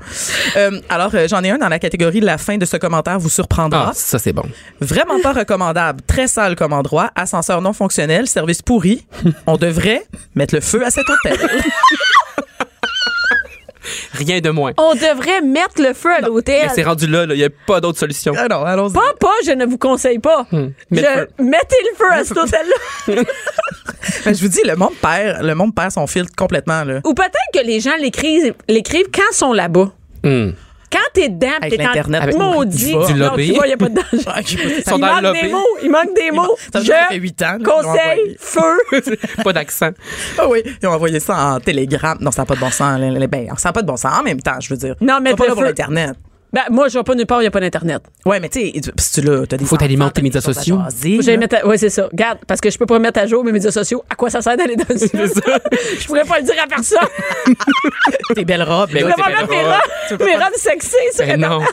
Speaker 6: Euh, alors, euh, j'en ai un dans la catégorie la fin de ce commentaire vous surprendra.
Speaker 5: Ah, ça, c'est bon.
Speaker 6: Vraiment pas recommandable. Très sale comme endroit. Ascenseur non fonctionnel. Service pourri. On devrait mettre le feu à cet hôtel.
Speaker 5: Rien de moins.
Speaker 3: On devrait mettre le feu à l'hôtel.
Speaker 5: Mais c'est rendu là, là. il n'y a pas d'autre solution.
Speaker 6: ah non, allons-y.
Speaker 3: Pas, pas, je ne vous conseille pas. Je-
Speaker 5: Mettre Hmm. le feu.
Speaker 3: mettez le feu à cet hôtel-là.
Speaker 6: Ben, je vous dis, le monde perd, le monde perd son filtre complètement, là.
Speaker 3: Ou peut-être que les gens l'écrivent, l'écrivent quand ils sont là-bas.
Speaker 5: Hmm.
Speaker 3: Quand t'es dedans, pis
Speaker 6: Avec
Speaker 3: t'es en
Speaker 6: l'Internet, avec-
Speaker 3: maudit.
Speaker 5: Du
Speaker 3: Non,
Speaker 5: lobby.
Speaker 3: tu vois, y a pas de danger.
Speaker 6: Ils
Speaker 5: sont
Speaker 3: il
Speaker 5: dans le
Speaker 3: manque
Speaker 5: lobby.
Speaker 3: des mots. Il manque des mots.
Speaker 6: Ça veut dire que ça fait
Speaker 3: Je
Speaker 6: huit ans. là, qu'ils l'ont
Speaker 3: conseille
Speaker 6: envoyé.
Speaker 3: feu.
Speaker 5: Pas d'accent.
Speaker 6: Ah oui, ils ont envoyé ça en télégramme. Non, ça n'a pas de bon sens. là, là, Ben, ça n'a pas de bon sens en même temps, je veux dire.
Speaker 3: Non, mais
Speaker 6: Ils sont pas
Speaker 3: le
Speaker 6: là pour
Speaker 3: feu.
Speaker 6: l'Internet.
Speaker 3: Ben, moi, je vais pas nulle part, il n'y a pas d'Internet.
Speaker 6: Ouais, mais tu sais, si tu l'as, t'as des
Speaker 5: Faut
Speaker 6: enfants,
Speaker 5: t'alimenter
Speaker 6: t'as
Speaker 5: les
Speaker 6: des
Speaker 5: médias
Speaker 6: choses à
Speaker 5: sociaux.
Speaker 6: jaser,
Speaker 3: Faut que j'aille
Speaker 6: là.
Speaker 3: mettre à- Ouais, c'est ça. Garde, parce que je peux pas mettre à jour mes médias sociaux. À quoi ça sert d'aller dans le Je pourrais pas le dire à personne.
Speaker 6: tes belles robes.
Speaker 5: Ben
Speaker 3: Je
Speaker 6: là,
Speaker 5: oui,
Speaker 3: vais
Speaker 5: c'est
Speaker 3: pas
Speaker 5: bien
Speaker 3: mettre mes
Speaker 5: drôle.
Speaker 3: robes, mes robes sexy sur
Speaker 5: Ben non.
Speaker 3: Internet.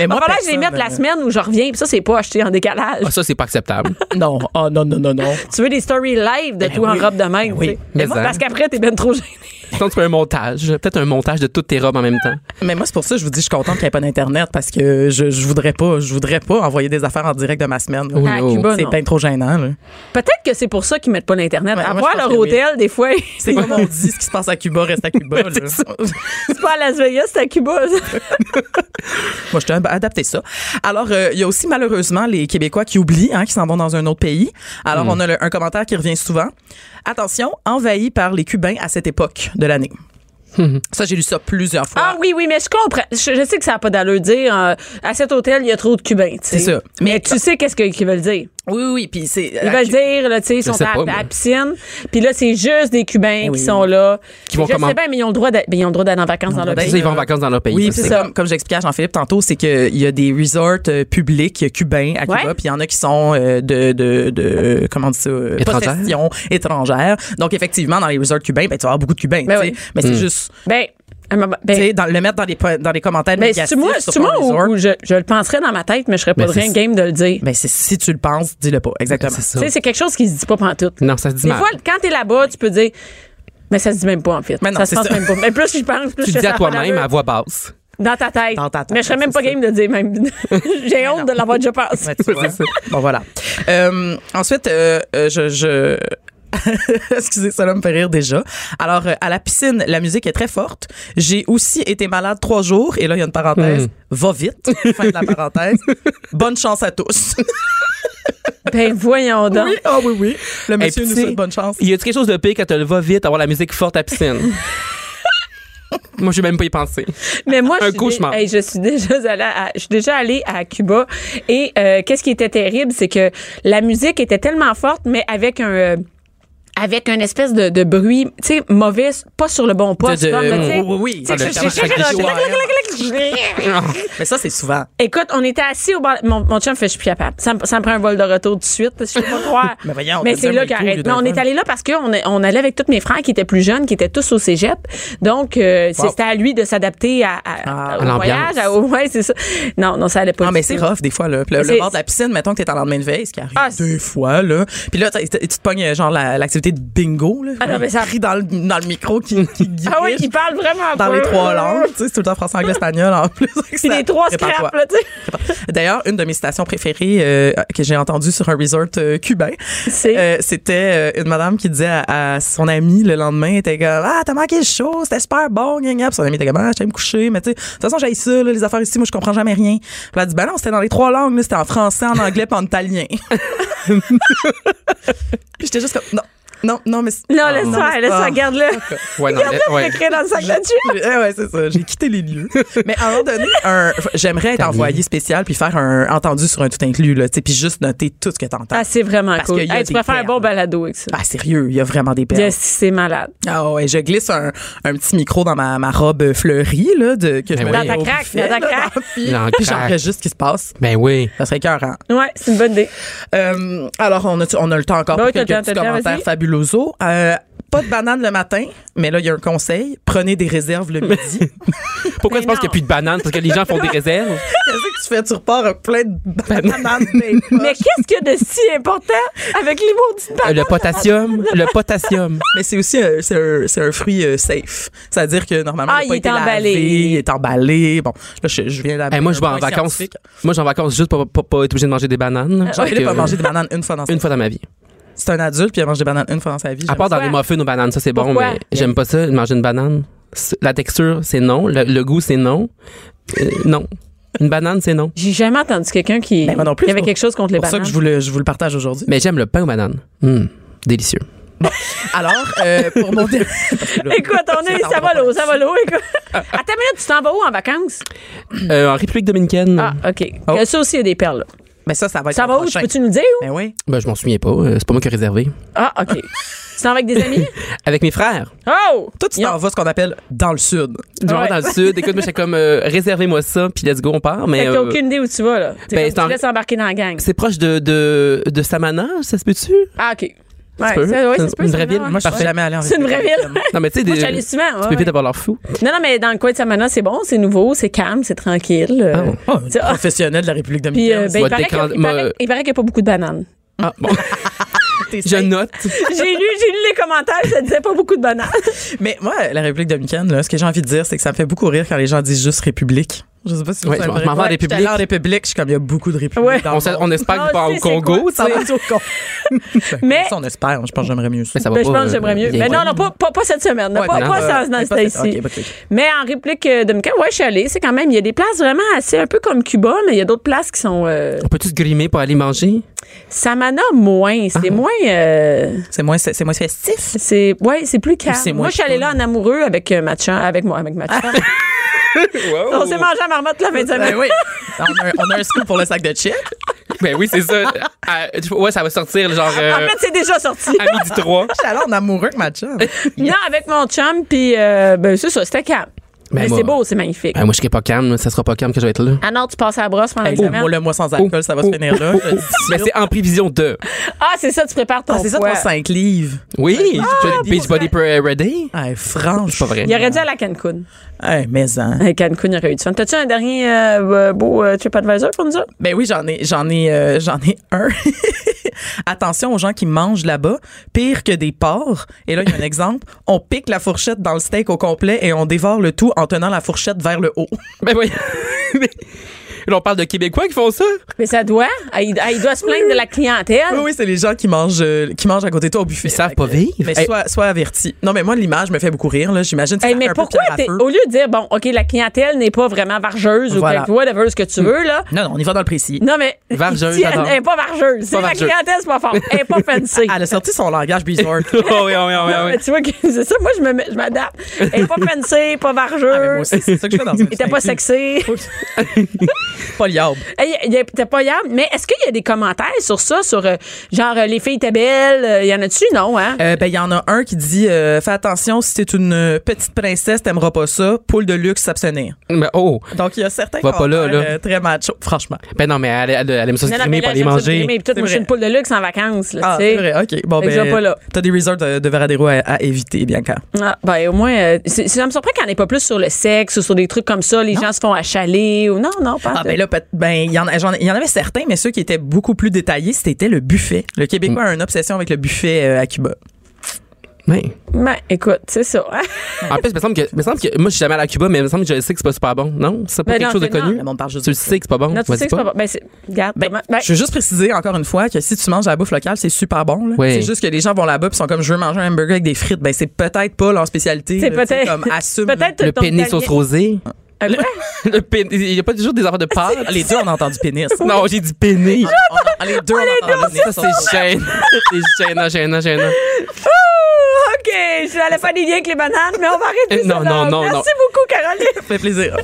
Speaker 6: Mais
Speaker 3: Moi,
Speaker 6: moi,
Speaker 3: là, je vais les
Speaker 6: personne,
Speaker 3: mettre la
Speaker 6: euh,
Speaker 3: semaine où je reviens. Puis ça, c'est pas acheté en décalage.
Speaker 5: Ah, ça, c'est pas acceptable.
Speaker 6: Non, oh, non, non, non, non.
Speaker 3: Tu veux des stories live de toi en robe de main.
Speaker 6: Ben oui.
Speaker 3: tu sais.
Speaker 5: Mais
Speaker 3: Moi,
Speaker 5: ça.
Speaker 3: parce qu'après, t'es ben trop gêné.
Speaker 5: Sinon, tu fais un montage. Peut-être un montage de toutes tes robes en même temps.
Speaker 6: Mais moi, c'est pour ça que je vous dis, je suis contente qu'il n'y ait pas d'Internet parce que je, je voudrais pas, je voudrais pas envoyer des affaires en direct de ma semaine. là.
Speaker 5: Oui,
Speaker 3: À
Speaker 5: oui.
Speaker 3: Cuba,
Speaker 6: C'est
Speaker 3: non.
Speaker 6: bien trop gênant, là.
Speaker 3: Peut-être que c'est pour ça qu'ils mettent pas l'Internet.
Speaker 6: Ouais,
Speaker 3: à
Speaker 6: moi,
Speaker 3: voir
Speaker 6: je pense
Speaker 3: leur
Speaker 6: que oui.
Speaker 3: hôtel, des fois,
Speaker 6: C'est comme on dit, ce qui se passe à Cuba reste à Cuba, là.
Speaker 3: c'est pas à Las Vegas, c'est à Cuba. ça.
Speaker 6: Moi, je t'ai adapté ça. Alors, euh, il y a aussi malheureusement les Québécois qui oublient, hein, qui s'en vont dans un autre pays.
Speaker 5: Hmm.
Speaker 6: Alors, on a le- un commentaire qui revient souvent. Attention, envahi par les Cubains à cette époque de l'année.
Speaker 5: Hmm.
Speaker 6: ça, j'ai lu ça plusieurs fois.
Speaker 3: Ah oui, oui, mais je comprends. Je, je sais que ça n'a pas d'allure de dire euh, à cet hôtel, il y a trop de Cubains. tu sais.
Speaker 6: C'est ça.
Speaker 3: Mais,
Speaker 6: Mais-
Speaker 3: tu sais qu'est-ce que- qu'ils veulent dire.
Speaker 6: oui, oui, oui, puis c'est euh,
Speaker 3: Ils
Speaker 6: à
Speaker 3: veulent
Speaker 6: Cu-
Speaker 3: dire, là, tu sais, ils sont
Speaker 5: sais
Speaker 3: à,
Speaker 5: pas,
Speaker 3: à
Speaker 5: moi.
Speaker 3: la piscine. Puis là, c'est juste des Cubains
Speaker 6: Eh oui.
Speaker 3: qui sont là.
Speaker 5: Qui vont
Speaker 3: je
Speaker 5: comment-
Speaker 3: sais bien, mais ils ont le droit d'aller mais ils ont le droit d'aller en vacances dans leur
Speaker 5: C'est
Speaker 3: pays.
Speaker 5: ça, ils vont en vacances dans leur pays.
Speaker 6: Ah, ben, euh, Oui,
Speaker 5: Ça,
Speaker 6: c'est comme, comme j'expliquais à Jean-Philippe tantôt, c'est qu'il y a des resorts euh, publics cubains à Cuba,
Speaker 3: Ouais.
Speaker 6: puis il y en a qui sont euh, de, de, de, comment on dit ça, euh,
Speaker 5: Étrangères.
Speaker 6: possession étrangère. Donc, effectivement, dans les resorts cubains, ben, tu vas avoir beaucoup de Cubains,
Speaker 3: Ben
Speaker 6: tu sais.
Speaker 3: oui.
Speaker 6: mais c'est
Speaker 5: Hmm.
Speaker 6: juste,
Speaker 3: Ben, à un moment- ben,
Speaker 6: tu sais, dans, le mettre dans les, po- dans les commentaires
Speaker 3: ben,
Speaker 6: négatifs
Speaker 3: c'est-tu moi,
Speaker 6: sur
Speaker 3: c'est-tu
Speaker 6: ton
Speaker 3: moi ou-
Speaker 6: resort.
Speaker 3: ou je, je le penserais dans ma tête, mais je serais pas
Speaker 5: Mais
Speaker 3: de
Speaker 5: c'est
Speaker 3: rien
Speaker 5: ça.
Speaker 3: game de le dire.
Speaker 6: Ben, c'est si tu le penses, dis-le pas. Exactement.
Speaker 5: c'est ça.
Speaker 3: Tu sais, c'est quelque chose qui se dit pas pantoute.
Speaker 5: Non, ça se dit
Speaker 3: Des
Speaker 5: mal.
Speaker 3: fois, quand t'es là-bas, tu peux dire, mais ça se dit même pas, en fait.
Speaker 6: Mais non,
Speaker 3: ça se
Speaker 6: c'est
Speaker 3: pense
Speaker 6: ça.
Speaker 3: même pas. Mais plus je pense, plus
Speaker 5: Tu
Speaker 3: je
Speaker 5: le dis
Speaker 3: fais
Speaker 5: à
Speaker 3: ça
Speaker 5: toi-même à
Speaker 3: malheureux.
Speaker 5: voix basse.
Speaker 3: Dans ta tête.
Speaker 6: Dans ta tête,
Speaker 3: Mais je serais même
Speaker 6: c'est
Speaker 3: pas
Speaker 6: ça.
Speaker 3: game de le dire, même. J'ai honte de l'avoir déjà pensé.
Speaker 6: Ouais, tu vois. bon, voilà. Euh, ensuite, euh, euh, je... je- Excusez, ça là me fait rire déjà. Alors, euh, à la piscine, la musique est très forte. J'ai aussi été malade trois jours. Et là, il y a une parenthèse. Va vite. Fin de la parenthèse. Bonne chance à tous.
Speaker 3: ben, voyons donc.
Speaker 6: Ah oui, oui. Le monsieur
Speaker 5: Et puis,
Speaker 6: nous
Speaker 5: tu sais,
Speaker 6: souhaite bonne chance.
Speaker 5: Y a quelque chose de pire quand tu le vas vite, avoir la musique forte à piscine? Moi, je vais même pas y penser.
Speaker 3: Mais moi,
Speaker 5: Un
Speaker 3: je suis, dé-
Speaker 5: cauchemar.
Speaker 3: hey, je suis déjà allée à, je suis déjà allée à Cuba et euh, qu'est-ce qui était terrible, c'est que la musique était tellement forte, mais avec un euh, avec une espèce de, de bruit, tu sais, mauvais, pas sur le bon poste.
Speaker 5: De- de-
Speaker 3: comme, là, tu sais.
Speaker 6: Oui, oui, oui.
Speaker 3: Tu sais,
Speaker 5: Ah,
Speaker 3: je-
Speaker 5: le
Speaker 3: je- je-
Speaker 6: Mais ça, c'est souvent.
Speaker 3: Écoute, on était assis au bord. Mon, mon chum fait, je suis plus capable. Ça me, ça me prend un vol de retour tout de suite. Je peux pas croire.
Speaker 6: Mais voyons,
Speaker 3: Mais
Speaker 6: t'as
Speaker 3: c'est
Speaker 6: tellement
Speaker 3: là
Speaker 6: le
Speaker 3: qu'il
Speaker 6: coup,
Speaker 3: arrête.
Speaker 6: les
Speaker 3: Non, on est
Speaker 6: enfants.
Speaker 3: allé là parce qu'on est- on allait avec tous mes frères qui étaient plus jeunes, qui étaient tous au cégep. Donc, euh,
Speaker 6: Wow.
Speaker 3: c'était à lui de s'adapter à, à-
Speaker 6: Ah,
Speaker 3: au
Speaker 5: l'ambiance.
Speaker 3: voyage. à- au- ouais, c'est ça. Non, non, ça allait pas.
Speaker 6: Non,
Speaker 3: du
Speaker 6: mais
Speaker 3: tout.
Speaker 6: c'est rough, des fois, là. Puis le, le
Speaker 3: C'est-
Speaker 6: bord de la piscine, mettons que t'es en lendemain de veille, ce qui arrive
Speaker 3: Ah, c'est-
Speaker 6: deux fois, là. Puis là, t'as- t'as- tu te pognes, euh, genre, la- l'activité de bingo, là.
Speaker 3: Ah non, mais ça-
Speaker 6: Crie dans le, dans le micro qui, qui
Speaker 3: Ah oui,
Speaker 6: guiche
Speaker 3: il parle vraiment
Speaker 6: dans
Speaker 3: pas.
Speaker 6: les trois langues. Tu sais, c'est tout le temps français, anglais, espagnol, en plus.
Speaker 3: Puis les trois scraps, là, tu sais.
Speaker 6: sais. D'ailleurs, une de mes citations préférées euh, que j'ai entendue sur un resort euh, cubain,
Speaker 3: C'est-
Speaker 6: euh, c'était euh, une madame qui disait à, à son ami le lendemain, elle était comme ah t'as manqué le show, c'était super bon, gna gna. Puis son ami était comme ah j'allais me coucher, mais tu sais de toute façon j'aille ça là, les affaires ici, moi je comprends jamais rien. Puis elle a dit ben non c'était dans les trois langues, là, c'était en français, en anglais, puis en italien. puis j'étais juste comme non non non mais c'est-
Speaker 3: Non,
Speaker 6: ah,
Speaker 3: laisse
Speaker 6: mais
Speaker 3: ça,
Speaker 6: c'est-
Speaker 3: laisse
Speaker 6: ah.
Speaker 3: ça, garde-le.
Speaker 5: Ouais, non,
Speaker 3: Garde-le,
Speaker 5: ouais.
Speaker 3: écrit dans le sac là-dessus.
Speaker 6: J'ai- eh ouais, c'est ça. J'ai quitté les lieux. Mais à un moment donné, un- j'aimerais être envoyé spécial puis faire un entendu sur un tout inclus, là, tu sais, puis juste noter tout ce que t'entends.
Speaker 3: Ah, c'est vraiment
Speaker 6: Parce
Speaker 3: cool.
Speaker 6: qu'il y a
Speaker 3: Hey, tu
Speaker 6: des
Speaker 3: préfères un
Speaker 6: perles.
Speaker 3: bon balado avec ça.
Speaker 6: Ah, sérieux, il y a vraiment des perles.
Speaker 3: Yes, c'est malade.
Speaker 6: Ah ouais, je glisse un, un petit micro dans ma, ma robe fleurie, là, de, que je
Speaker 5: Ben
Speaker 6: me
Speaker 5: oui.
Speaker 6: mets
Speaker 5: Dans ta
Speaker 6: au
Speaker 3: craque,
Speaker 6: buffet,
Speaker 3: dans ta
Speaker 6: là,
Speaker 3: craque.
Speaker 6: Puis
Speaker 5: Dans la
Speaker 6: puis
Speaker 5: craque.
Speaker 6: j'enregistre ce qui se passe.
Speaker 5: Ben oui.
Speaker 6: Ça serait écœurant.
Speaker 3: Ouais, c'est une bonne idée.
Speaker 6: Euh, alors, on a, on a le temps encore
Speaker 3: Ben
Speaker 6: pour
Speaker 3: oui, t'as le
Speaker 6: quelques
Speaker 3: temps, t'as
Speaker 6: petits
Speaker 3: le temps,
Speaker 6: commentaires
Speaker 3: vas-y.
Speaker 6: fabuloso. Euh, pas de banane le matin, mais là, il y a un conseil. Prenez des réserves le midi.
Speaker 5: Pourquoi
Speaker 3: Mais
Speaker 5: tu penses
Speaker 3: Ben non.
Speaker 5: qu'il n'y a plus de bananes? Parce que les gens font des réserves.
Speaker 6: Qu'est-ce que tu fais? Tu repars avec plein de bananes. des poches.
Speaker 3: Mais qu'est-ce qu'il y a de si important avec les mots
Speaker 5: Euh,
Speaker 3: du
Speaker 5: Le potassium. Le potassium.
Speaker 6: Mais c'est aussi un, c'est un, c'est un fruit euh, safe. C'est-à-dire que normalement,
Speaker 3: Ah,
Speaker 6: a pas
Speaker 3: il est
Speaker 6: été
Speaker 3: emballé.
Speaker 6: lavé, il est emballé. Bon, là, je, je viens d'amener
Speaker 5: Eh, moi,
Speaker 6: un
Speaker 5: je vais en
Speaker 6: point
Speaker 5: vacances.
Speaker 6: scientifique.
Speaker 5: Moi, je vais en vacances juste pour pour pas être obligé de manger des
Speaker 3: Ah,
Speaker 5: bananes.
Speaker 6: J'en
Speaker 5: Fait
Speaker 6: ai
Speaker 5: que,
Speaker 6: pas
Speaker 5: euh,
Speaker 6: mangé de bananes une fois dans sa vie.
Speaker 5: Une fois dans ma vie.
Speaker 6: C'est un adulte, puis il mange des bananes une fois dans sa vie.
Speaker 5: À part dans
Speaker 3: Pourquoi?
Speaker 5: les muffins aux bananes, ça c'est bon,
Speaker 3: Pourquoi?
Speaker 5: mais j'aime pas ça, manger une banane. C'est- La texture, c'est non. Le, le goût, c'est non. Euh, non. Une banane, c'est non.
Speaker 3: J'ai jamais entendu quelqu'un qui,
Speaker 6: Ben, moi non plus,
Speaker 3: qui avait
Speaker 6: c'est
Speaker 3: quelque chose contre les
Speaker 6: C'est pour ça
Speaker 3: bananes.
Speaker 6: que je vous le, je vous le partage aujourd'hui.
Speaker 5: Mais j'aime le pain aux bananes. Hum, Délicieux.
Speaker 6: Bon. Alors, euh, pour mon dernier-
Speaker 3: Écoute, on est, ça va l'eau, ça va l'eau. Écoute. Attends une minute, tu t'en vas où en vacances?
Speaker 5: Euh, en République dominicaine,
Speaker 3: Ah, OK.
Speaker 6: Oh.
Speaker 3: Ça aussi, il y a des perles. là.
Speaker 6: Mais ça, ça va être
Speaker 3: Ça
Speaker 6: le
Speaker 3: va où?
Speaker 6: prochain.
Speaker 3: Peux-tu nous dire où?
Speaker 6: Ben oui.
Speaker 5: ben, je m'en souviens pas. euh, c'est pas moi qui ai réservé.
Speaker 3: Ah, OK. tu t'en vas avec des amis?
Speaker 5: Avec mes frères.
Speaker 3: Oh!
Speaker 6: Toi, tu
Speaker 3: Ils ont-
Speaker 6: t'en vas ce qu'on appelle dans le sud.
Speaker 5: Je m'en vais
Speaker 3: Ouais.
Speaker 5: dans le sud. Écoute, moi, j'étais comme, euh, réservez-moi ça, puis let's go, on part.
Speaker 3: Fait
Speaker 5: Mais
Speaker 3: que t'as
Speaker 5: euh,
Speaker 3: aucune idée où tu vas, là. T'es
Speaker 5: ben,
Speaker 3: comme,
Speaker 5: c'est en-
Speaker 3: tu laisses embarquer dans la gang.
Speaker 5: c'est proche de, de, de Samana, ça se peut-tu?
Speaker 3: Ah, OK. Ouais,
Speaker 5: peut.
Speaker 3: ça- ouais, ça se peut,
Speaker 5: Une
Speaker 3: ça
Speaker 5: vraie
Speaker 3: se
Speaker 5: ville.
Speaker 3: peut, ouais.
Speaker 6: Moi, je suis
Speaker 5: Parfait.
Speaker 6: jamais allée en
Speaker 3: C'est une vraie ville.
Speaker 5: Non, mais tu sais,
Speaker 3: Moi,
Speaker 5: des-
Speaker 3: j'allais
Speaker 5: tu
Speaker 3: souvent. ouais,
Speaker 5: peux
Speaker 3: ouais.
Speaker 5: vite avoir l'air fou.
Speaker 3: Non, non, mais dans le coin de Samana, c'est bon, c'est nouveau, c'est calme, c'est tranquille. euh.
Speaker 5: Ah,
Speaker 6: Oh,
Speaker 3: Tu sais, ah,
Speaker 6: professionnel de la République
Speaker 3: Puis, euh,
Speaker 6: dominicaine.
Speaker 3: ben, il
Speaker 5: Votre
Speaker 3: paraît
Speaker 5: écran-
Speaker 3: qu'il- il paraît-
Speaker 6: euh,
Speaker 5: moi-
Speaker 3: il paraît qu'il n'y a pas beaucoup de bananes.
Speaker 5: Ah, bon.
Speaker 3: ben,
Speaker 5: je note.
Speaker 3: j'ai lu, j'ai lu les commentaires, ça disait pas beaucoup de bananes.
Speaker 6: Mais moi, la République dominicaine, là, ce que j'ai envie de dire, c'est que ça me fait beaucoup rire quand les gens disent juste République. Je sais pas si vous
Speaker 5: Ouais,
Speaker 6: savez.
Speaker 5: je m'en vais en
Speaker 6: Ouais,
Speaker 5: République.
Speaker 6: j'étais allée en République, je suis comme, il y a beaucoup de Républiques.
Speaker 3: Ouais.
Speaker 6: Dans
Speaker 5: On,
Speaker 6: le
Speaker 5: sait-
Speaker 6: monde.
Speaker 5: on espère
Speaker 3: Ah,
Speaker 5: que tu pars
Speaker 3: je
Speaker 5: au
Speaker 3: sais, c'est
Speaker 5: Congo,
Speaker 3: quoi,
Speaker 5: tu
Speaker 6: Ça
Speaker 5: sais.
Speaker 6: va être au con. Ben,
Speaker 3: Mais-
Speaker 6: Ça, on espère. Je pense que j'aimerais mieux.
Speaker 5: Mais ça va
Speaker 3: Ben, je
Speaker 5: pas,
Speaker 3: pense que
Speaker 5: euh,
Speaker 3: j'aimerais mieux.
Speaker 5: bien.
Speaker 3: Mais non, non, pas, pas, pas cette semaine. là.
Speaker 6: Ouais,
Speaker 3: pas
Speaker 5: non,
Speaker 3: pas
Speaker 5: euh,
Speaker 3: sans-
Speaker 6: mais
Speaker 3: dans
Speaker 6: pas cette-
Speaker 3: cette ici.
Speaker 6: ok, ok, ok.
Speaker 3: Mais en réplique euh, dominicaine, ouais, je suis allée. C'est quand même, il y a des places vraiment assez un peu comme Cuba, mais il y a d'autres places qui sont. euh,
Speaker 5: On peut-tu se grimer pour aller manger?
Speaker 3: Samana, moins.
Speaker 5: Ah.
Speaker 3: C'est moins. euh,
Speaker 6: C'est moins, c'est c'est moins festif.
Speaker 3: c'est ouais, c'est plus calme.
Speaker 6: c'est
Speaker 3: Moi,
Speaker 6: moins
Speaker 3: je suis allée là en amoureux avec euh, ma chum- avec moi, avec ma chum. On s'est mangé à marmotte la fin de semaine.
Speaker 6: Ben oui. on, a, un- on a un scoop pour le sac de chips.
Speaker 5: Ben oui, c'est ça. À- tu- ouais, ça va sortir, genre,
Speaker 3: En
Speaker 5: euh,
Speaker 3: fait, c'est déjà sorti.
Speaker 5: à midi 3.
Speaker 6: Je suis allée en amoureux avec ma chum.
Speaker 3: Non, avec mon chum, puis euh, ben, c'est ça, c'était calme.
Speaker 5: Ben,
Speaker 3: mais
Speaker 5: moi-
Speaker 3: c'est beau, c'est magnifique.
Speaker 5: Ben, moi, je serai pas calme. là. Ça sera pas calme que je vais être là.
Speaker 3: Ah non, tu passes à la brosse pendant
Speaker 6: Hey,
Speaker 3: la
Speaker 6: le,
Speaker 3: semaine.
Speaker 6: mois, le mois sans alcool, ça va
Speaker 5: Oh,
Speaker 6: se finir là. Je-
Speaker 5: Ben, c'est en prévision de.
Speaker 3: Ah, c'est ça, tu prépares ton
Speaker 6: Ah, c'est ça
Speaker 3: foie.
Speaker 6: ton 5 livres.
Speaker 3: Ah,
Speaker 5: Oui, je- Beach Body Pre- euh, Ready.
Speaker 6: Hey, franche.
Speaker 5: Pas vrai.
Speaker 3: Il aurait dû aller à Cancun.
Speaker 6: Hey, mais hein.
Speaker 3: À Cancun, il aurait eu du fun. T'as-tu un dernier euh, beau euh, TripAdvisor pour nous autres?
Speaker 6: Ben oui, j'en ai, j'en ai, euh, j'en ai un. Attention aux gens qui mangent là-bas, pire que des porcs. Et là, il y a un exemple. On pique la fourchette dans le steak au complet et on dévore le tout en tenant la fourchette vers le haut.
Speaker 5: Ben oui. Mais- Là, on parle de Québécois qui font ça.
Speaker 3: Mais ça doit. Ah, Il, ah, il doit se plaindre de la clientèle.
Speaker 6: Oui, oui, c'est les gens qui mangent, euh, qui mangent à côté de toi au buffet.
Speaker 5: Ils savent
Speaker 6: Fait
Speaker 5: pas
Speaker 6: que-
Speaker 5: vivre.
Speaker 6: Mais
Speaker 5: Hey,
Speaker 6: sois, sois averti. Non, mais moi, l'image me fait beaucoup rire. Là. J'imagine que
Speaker 3: Hey,
Speaker 6: ça
Speaker 3: mais
Speaker 6: fait un
Speaker 3: pourquoi,
Speaker 6: peu
Speaker 3: t'es-
Speaker 6: pierre à feu.
Speaker 3: au lieu de dire, bon, OK, la clientèle n'est pas vraiment vargeuse
Speaker 6: Voilà.
Speaker 3: ou quelque- whatever, ce que tu veux, là.
Speaker 6: Non, non, on y va dans le précis.
Speaker 3: Non, mais.
Speaker 5: Vargeuse,
Speaker 3: ils tiennent-
Speaker 5: j'adore.
Speaker 3: elle n'est pas vargeuse. C'est la
Speaker 5: vargeuse.
Speaker 3: clientèle, c'est pas fort. Elle n'est pas fancy.
Speaker 6: Elle a sorti son langage bizarre.
Speaker 5: Oh, oui, oh, oui, oh, oui,
Speaker 3: Non,
Speaker 5: oh,
Speaker 3: mais
Speaker 5: oui.
Speaker 3: tu vois que c'est ça, moi, je me mets- je m'adapte. Elle n'est pas fancy, pas
Speaker 6: Ah, mais moi
Speaker 3: vargeuse.
Speaker 6: aussi, c'est ça que je fais dans un
Speaker 3: Il était pas
Speaker 6: steak.
Speaker 3: sexy.
Speaker 6: Pas liable.
Speaker 3: Hey, il y a- T'es pas hier, mais est-ce qu'il y a des commentaires sur ça, sur euh, genre euh, les filles étaient belles, euh, il y en a-tu? Non, hein?
Speaker 6: Euh, ben, il y en a un qui dit euh, Fais attention, si t'es une euh, petite princesse, t'aimeras pas ça. Poule de luxe, s'abstenir.
Speaker 5: Mais oh.
Speaker 6: Donc, il y a certains
Speaker 5: Va pas là,
Speaker 6: commentaires,
Speaker 5: là.
Speaker 6: euh, très macho, franchement.
Speaker 5: Ben non, mais elle, elle, elle aime ça se
Speaker 3: Non, non,
Speaker 5: grimer
Speaker 3: mais
Speaker 5: pour
Speaker 3: là,
Speaker 5: aller
Speaker 3: j'aime ça
Speaker 5: manger.
Speaker 3: de grimer. Puis tout, moi, je suis
Speaker 6: vrai.
Speaker 3: une poule de luxe en vacances, là,
Speaker 6: Ah,
Speaker 3: tu
Speaker 6: c'est
Speaker 3: sais.
Speaker 6: vrai, OK. Bon,
Speaker 3: Fait que je vais pas là.
Speaker 6: ben, t'as des resorts de, de Varadero à, à éviter, bien quand.
Speaker 3: Ah, ben, au moins, euh, c'est- ça me surprend qu'il n'y en ait pas plus sur le sexe ou sur des trucs comme ça, les gens se font achaler ou non, non, pas.
Speaker 6: Ah,
Speaker 3: de-
Speaker 6: ben là, peut- ben, il y, en a- j'en ai- il y en avait certains, mais ceux qui étaient beaucoup plus détaillés, c'était le buffet. Le Québécois a une obsession avec le buffet euh, à Cuba.
Speaker 5: Ouais.
Speaker 3: Ben, écoute, c'est ça. hein.
Speaker 5: En plus, il me semble que, il me semble que moi, je suis jamais allé à Cuba, mais il me semble que je sais que c'est pas super bon. Non, c'est pas
Speaker 3: Ben
Speaker 5: quelque
Speaker 3: non,
Speaker 5: chose de
Speaker 3: c'est- non.
Speaker 5: connu.
Speaker 6: Le monde parle juste
Speaker 5: Tu
Speaker 6: de
Speaker 5: le sais que c'est pas bon.
Speaker 3: Non, tu
Speaker 5: vas-y
Speaker 3: sais que c'est pas bon. Ben, c'est- regarde,
Speaker 6: Ben,
Speaker 3: comment- ben,
Speaker 6: je veux juste préciser encore une fois que si tu manges à la bouffe locale, c'est super bon. là.
Speaker 5: Oui.
Speaker 6: C'est juste que les gens vont là-bas et sont comme je veux manger un hamburger avec des frites. Ben, c'est peut-être pas leur spécialité.
Speaker 3: c'est
Speaker 6: là, tu sais,
Speaker 3: peut-être.
Speaker 6: Comme assume.
Speaker 3: peut-être
Speaker 5: Le
Speaker 3: ton
Speaker 5: pénis
Speaker 3: italien-
Speaker 5: sauce rosée.
Speaker 3: Ah, quoi?
Speaker 5: Le pénis. Il y a pas toujours des affaires de pâte.
Speaker 6: Ah, Les deux, on a entendu pénis.
Speaker 5: Non, j'ai dit pénis.
Speaker 6: On a- les deux, on a entendu
Speaker 5: Ça, c'est gênant. C'est gênant, gênant, gênant.
Speaker 3: Ouh, OK, je n'allais pas des liens avec les bananes, mais on va
Speaker 6: Euh,
Speaker 3: arrêter
Speaker 5: Non,
Speaker 3: ça. là.
Speaker 5: non, non,
Speaker 3: Merci
Speaker 5: non.
Speaker 3: beaucoup, Caroline.
Speaker 6: Ça fait plaisir.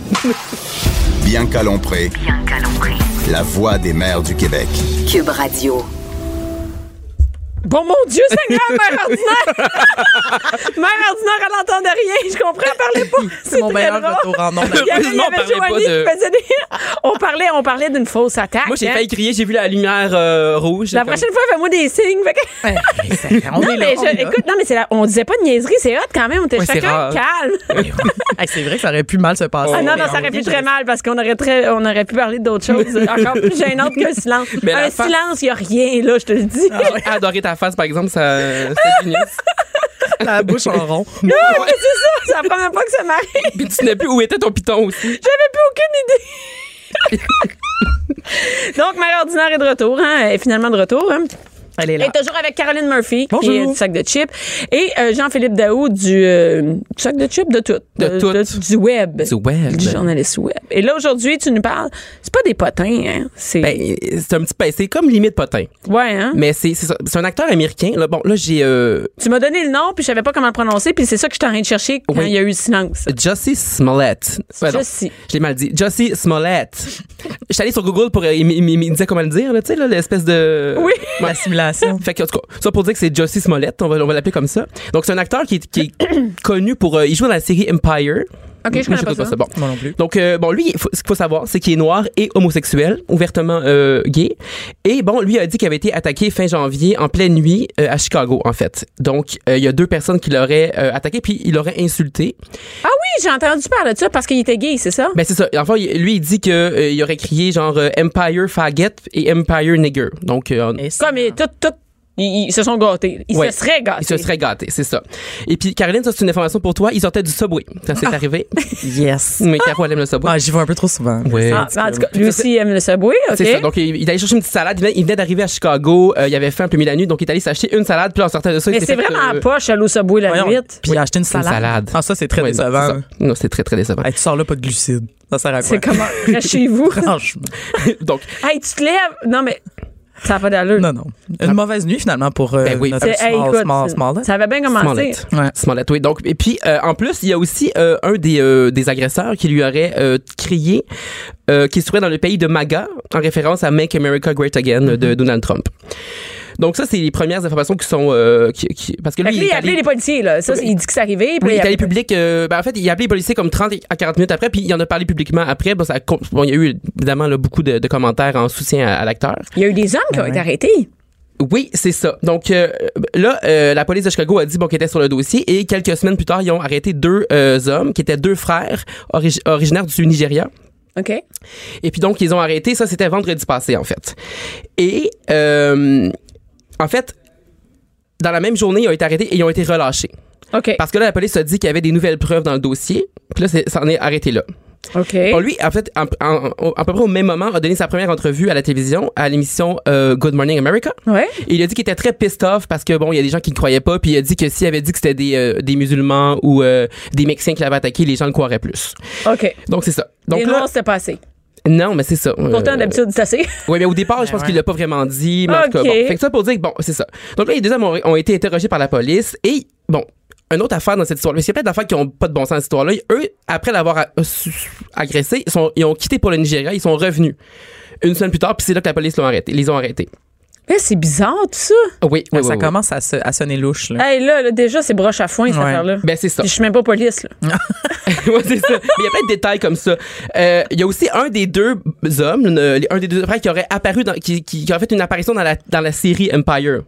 Speaker 2: Bianca Lompré,
Speaker 1: Bianca Lombré.
Speaker 2: la voix des mères du Québec.
Speaker 1: Cube Radio.
Speaker 3: Bon, mon Dieu, Seigneur, mère ordinaire! mère ordinaire, elle n'entendait rien. Je comprends, elle parlait pas. C'est
Speaker 6: mon
Speaker 3: très
Speaker 6: meilleur
Speaker 3: drôle.
Speaker 6: retour en ondes.
Speaker 3: Il y avait, il y
Speaker 5: Heureusement, on
Speaker 3: avait
Speaker 5: parlait pas
Speaker 3: Joanie
Speaker 5: de-
Speaker 3: qui faisait des... On parlait, on parlait d'une fausse attaque.
Speaker 5: Moi, j'ai
Speaker 3: hein.
Speaker 5: failli crier, j'ai vu la lumière euh, rouge.
Speaker 3: La
Speaker 5: comme-
Speaker 3: prochaine fois, fais-moi des signes. Fait que-
Speaker 6: Hey, ça- on
Speaker 3: non,
Speaker 6: est là,
Speaker 3: mais
Speaker 6: on
Speaker 3: je-
Speaker 6: est là.
Speaker 3: écoute, non, mais c'est la- on disait pas de niaiserie, c'est hot quand même. On était
Speaker 5: Ouais, c'est
Speaker 3: chacun
Speaker 5: rare.
Speaker 3: calme.
Speaker 6: Eh Hey, c'est vrai que ça aurait pu mal se passer.
Speaker 3: Ah non, non,
Speaker 6: Mais
Speaker 3: ça
Speaker 6: Oh, on
Speaker 3: aurait pu
Speaker 6: est-
Speaker 3: très mal parce qu'on aurait, très, on aurait pu parler d'autres choses encore plus gênantes qu'un silence.
Speaker 5: Mais Ah la
Speaker 3: un
Speaker 5: fa-
Speaker 3: silence, il n'y a rien, là, je te le dis.
Speaker 5: J'ai adoré ta face, par exemple, ça. C'était génial.
Speaker 6: La bouche en rond.
Speaker 3: Ah, mais c'est ça, c'est la première fois que ça m'arrive.
Speaker 5: Puis tu n'as plus où était ton piton aussi.
Speaker 3: J'avais plus aucune idée. Donc, Mère ordinaire est de retour, hein, est finalement de retour. hein.
Speaker 6: Elle est là.
Speaker 3: Et toujours avec Caroline Murphy, qui
Speaker 6: Bonjour.
Speaker 3: est du sac de chips, et euh, Jean-Philippe Daou du, euh, du sac de chips de tout.
Speaker 5: De tout.
Speaker 3: du web.
Speaker 5: Du web.
Speaker 3: Du journaliste web. Et là, aujourd'hui, tu nous parles, c'est pas des potins, hein? C'est.
Speaker 5: Ben, c'est un petit peu, c'est comme limite potin.
Speaker 3: ouais, hein?
Speaker 5: Mais c'est c'est ça. C'est un acteur américain. Là, bon, là, j'ai euh,
Speaker 3: Tu m'as donné le nom, puis je savais pas comment le prononcer, puis c'est ça que j'étais en train de chercher quand
Speaker 5: Oui. Euh,
Speaker 3: il y a eu le silence.
Speaker 5: Jussie Smollett. Ouais, non,
Speaker 3: Jussie.
Speaker 5: Je l'ai mal dit. Jussie Smollett. Je suis allée sur Google pour. euh, Il, me- il me- il me disait comment le dire, là, tu sais, là, l'espèce de.
Speaker 3: Oui.
Speaker 5: Ouais.
Speaker 6: L'assimilation.
Speaker 5: Fait que, en tout cas, ça pour dire que c'est Jussie Smollett, on va, on va l'appeler comme ça. Donc, c'est un acteur qui est, qui est connu pour. euh, il joue dans la série Empire.
Speaker 3: Ok, je
Speaker 5: Moi,
Speaker 3: connais pas ça.
Speaker 5: Bon.
Speaker 6: Moi non plus.
Speaker 5: Donc, euh, bon, lui, il faut- ce qu'il faut savoir, c'est qu'il est noir et homosexuel, ouvertement euh, gay. Et bon, lui a dit qu'il avait été attaqué fin janvier, en pleine nuit, euh, à Chicago, en fait. Donc, euh, il y a deux personnes qui l'auraient euh, attaqué, puis il l'aurait insulté.
Speaker 3: Ah oui, j'ai entendu parler de ça parce qu'il était gay, c'est ça?
Speaker 5: Ben c'est ça. Enfin, il- lui il dit que euh, il aurait crié genre euh, Empire faggot et Empire nigger. Donc euh,
Speaker 6: Et c'est-
Speaker 3: Comme ils- tout, tout, ils, ils se sont gâtés. Ils
Speaker 5: Ouais.
Speaker 3: se seraient gâtés.
Speaker 5: il se serait gâté, c'est ça. Et puis Caroline, ça c'est une information pour toi. Ils sortaient du Subway. Ça c'est arrivé.
Speaker 6: Yes.
Speaker 5: Mais Caro elle aime le Subway.
Speaker 6: Ah, j'y vais un peu trop souvent.
Speaker 5: Ouais.
Speaker 3: Ah, en tout cas, lui aussi aime le Subway, OK?
Speaker 5: C'est ça. Donc, il, il allait chercher une petite salade. Il venait, il venait d'arriver à Chicago. euh, il avait faim un peu mis la nuit. Donc, il est allé s'acheter une salade. Puis, là, en sortant de ça,
Speaker 3: Mais
Speaker 5: il s'est
Speaker 3: c'est
Speaker 5: fait,
Speaker 3: vraiment
Speaker 5: euh,
Speaker 3: poche, aller au Subway la
Speaker 6: Voyons,
Speaker 3: nuit.
Speaker 6: Puis acheter une salade.
Speaker 5: salade.
Speaker 6: Ah, ça, c'est très
Speaker 5: ouais, non, c'est
Speaker 6: décevant.
Speaker 5: ça. Non, c'est très, très décevant.
Speaker 6: Hey, tu sors là pas de glucides. Ça sert à quoi?
Speaker 3: C'est comment? Reste chez vous.
Speaker 6: Franchement.
Speaker 5: donc,
Speaker 3: hey, tu te lèves. Non, mais ça n'a pas d'allure.
Speaker 6: Non, non. Une mauvaise nuit, finalement, pour euh,
Speaker 5: Ben oui.
Speaker 6: notre
Speaker 3: C'est- hey,
Speaker 6: small,
Speaker 3: écoute,
Speaker 6: small, small.
Speaker 3: ça avait bien commencé.
Speaker 5: Smollett.
Speaker 6: Ouais.
Speaker 5: Smollett, oui. Donc, et puis, euh, en plus, il y a aussi euh, un des, euh, des agresseurs qui lui aurait euh, crié euh, qu'il serait dans le pays de MAGA, en référence à Make America Great Again
Speaker 3: Mm-hmm.
Speaker 5: de Donald Trump. Donc, ça, c'est les premières informations qui sont. euh, qui, qui- parce que
Speaker 3: Fait
Speaker 5: lui,
Speaker 3: que lui,
Speaker 5: il est
Speaker 3: il a
Speaker 5: allé-
Speaker 3: appelé les policiers, là. Ça, c'est- il dit que c'est arrivé. puis
Speaker 5: oui, il est
Speaker 3: a appelé-
Speaker 5: allé public. euh, ben, en fait, il a appelé les policiers comme 30 à 40 minutes après, puis il en a parlé publiquement après. Bon, ça, a con- bon, il y a eu évidemment là, beaucoup de, de commentaires en soutien à- à l'acteur.
Speaker 3: Il y a eu des hommes qui ont été arrêtés.
Speaker 5: Oui, c'est ça. Donc euh, là, euh, la police de Chicago a dit bon, qu'ils était sur le dossier et quelques semaines plus tard, ils ont arrêté deux euh, hommes qui étaient deux frères origi- originaires du Nigeria.
Speaker 3: OK?
Speaker 5: Et puis donc, ils ont arrêté. Ça, c'était vendredi passé, en fait. Et euh, en fait, dans la même journée, ils ont été arrêtés et ils ont été relâchés.
Speaker 3: OK.
Speaker 5: Parce que là, la police a dit qu'il y avait des nouvelles preuves dans le dossier. Puis là, c'est- ça en est arrêté là.
Speaker 3: OK.
Speaker 5: Bon, lui, en fait, en- en- en- à peu près au même moment, a donné sa première entrevue à la télévision, à l'émission euh, Good Morning America.
Speaker 3: Ouais.
Speaker 5: Et il a dit qu'il était très pissed off parce que bon, il y a des gens qui ne croyaient pas, puis il a dit que s'il avait dit que c'était des, euh, des musulmans ou euh, des Mexicains qui l'avaient attaqué, les gens le croiraient plus.
Speaker 3: OK.
Speaker 5: Donc c'est ça. Donc
Speaker 3: les
Speaker 5: là, Euh,
Speaker 3: noirs, c'était pas assez.
Speaker 5: non, mais c'est ça.
Speaker 3: Pourtant,
Speaker 5: Euh,
Speaker 3: d'habitude, c'est assez.
Speaker 5: oui, mais au départ,
Speaker 6: Ben
Speaker 5: je pense qu'il l'a pas vraiment dit. Mais en tout cas,
Speaker 3: Ok.
Speaker 5: bon. Fait que ça pour dire que, bon, c'est ça. Donc là, les deux hommes ont, ont été interrogés par la police et, bon, une autre affaire dans cette histoire-là, parce qu'il y a plein d'affaires qui ont pas de bon sens dans cette histoire-là. Eux, après l'avoir a- euh, su- agressé, ils, sont- ils ont quitté pour le Nigeria, ils sont revenus. Une semaine plus tard, puis c'est là que la police l'ont arrêté. Ils les ont arrêtés.
Speaker 3: Eh, c'est bizarre, tout ça.
Speaker 5: Oui, oui,
Speaker 6: Ah, ça
Speaker 5: oui, oui.
Speaker 6: commence à, se- à sonner louche. Là.
Speaker 3: Hey, là, là, déjà, c'est broche à foin, cette
Speaker 6: Ouais.
Speaker 3: affaire-là.
Speaker 5: Ben, c'est ça.
Speaker 3: Puis je suis même pas police, là.
Speaker 5: Ouais, c'est ça. Mais il y a plein de détails comme ça. Euh, Il y a aussi un des deux hommes, le- un des deux frères qui aurait apparu, dans, qui, qui, qui aurait fait une apparition dans la, dans la série Empire.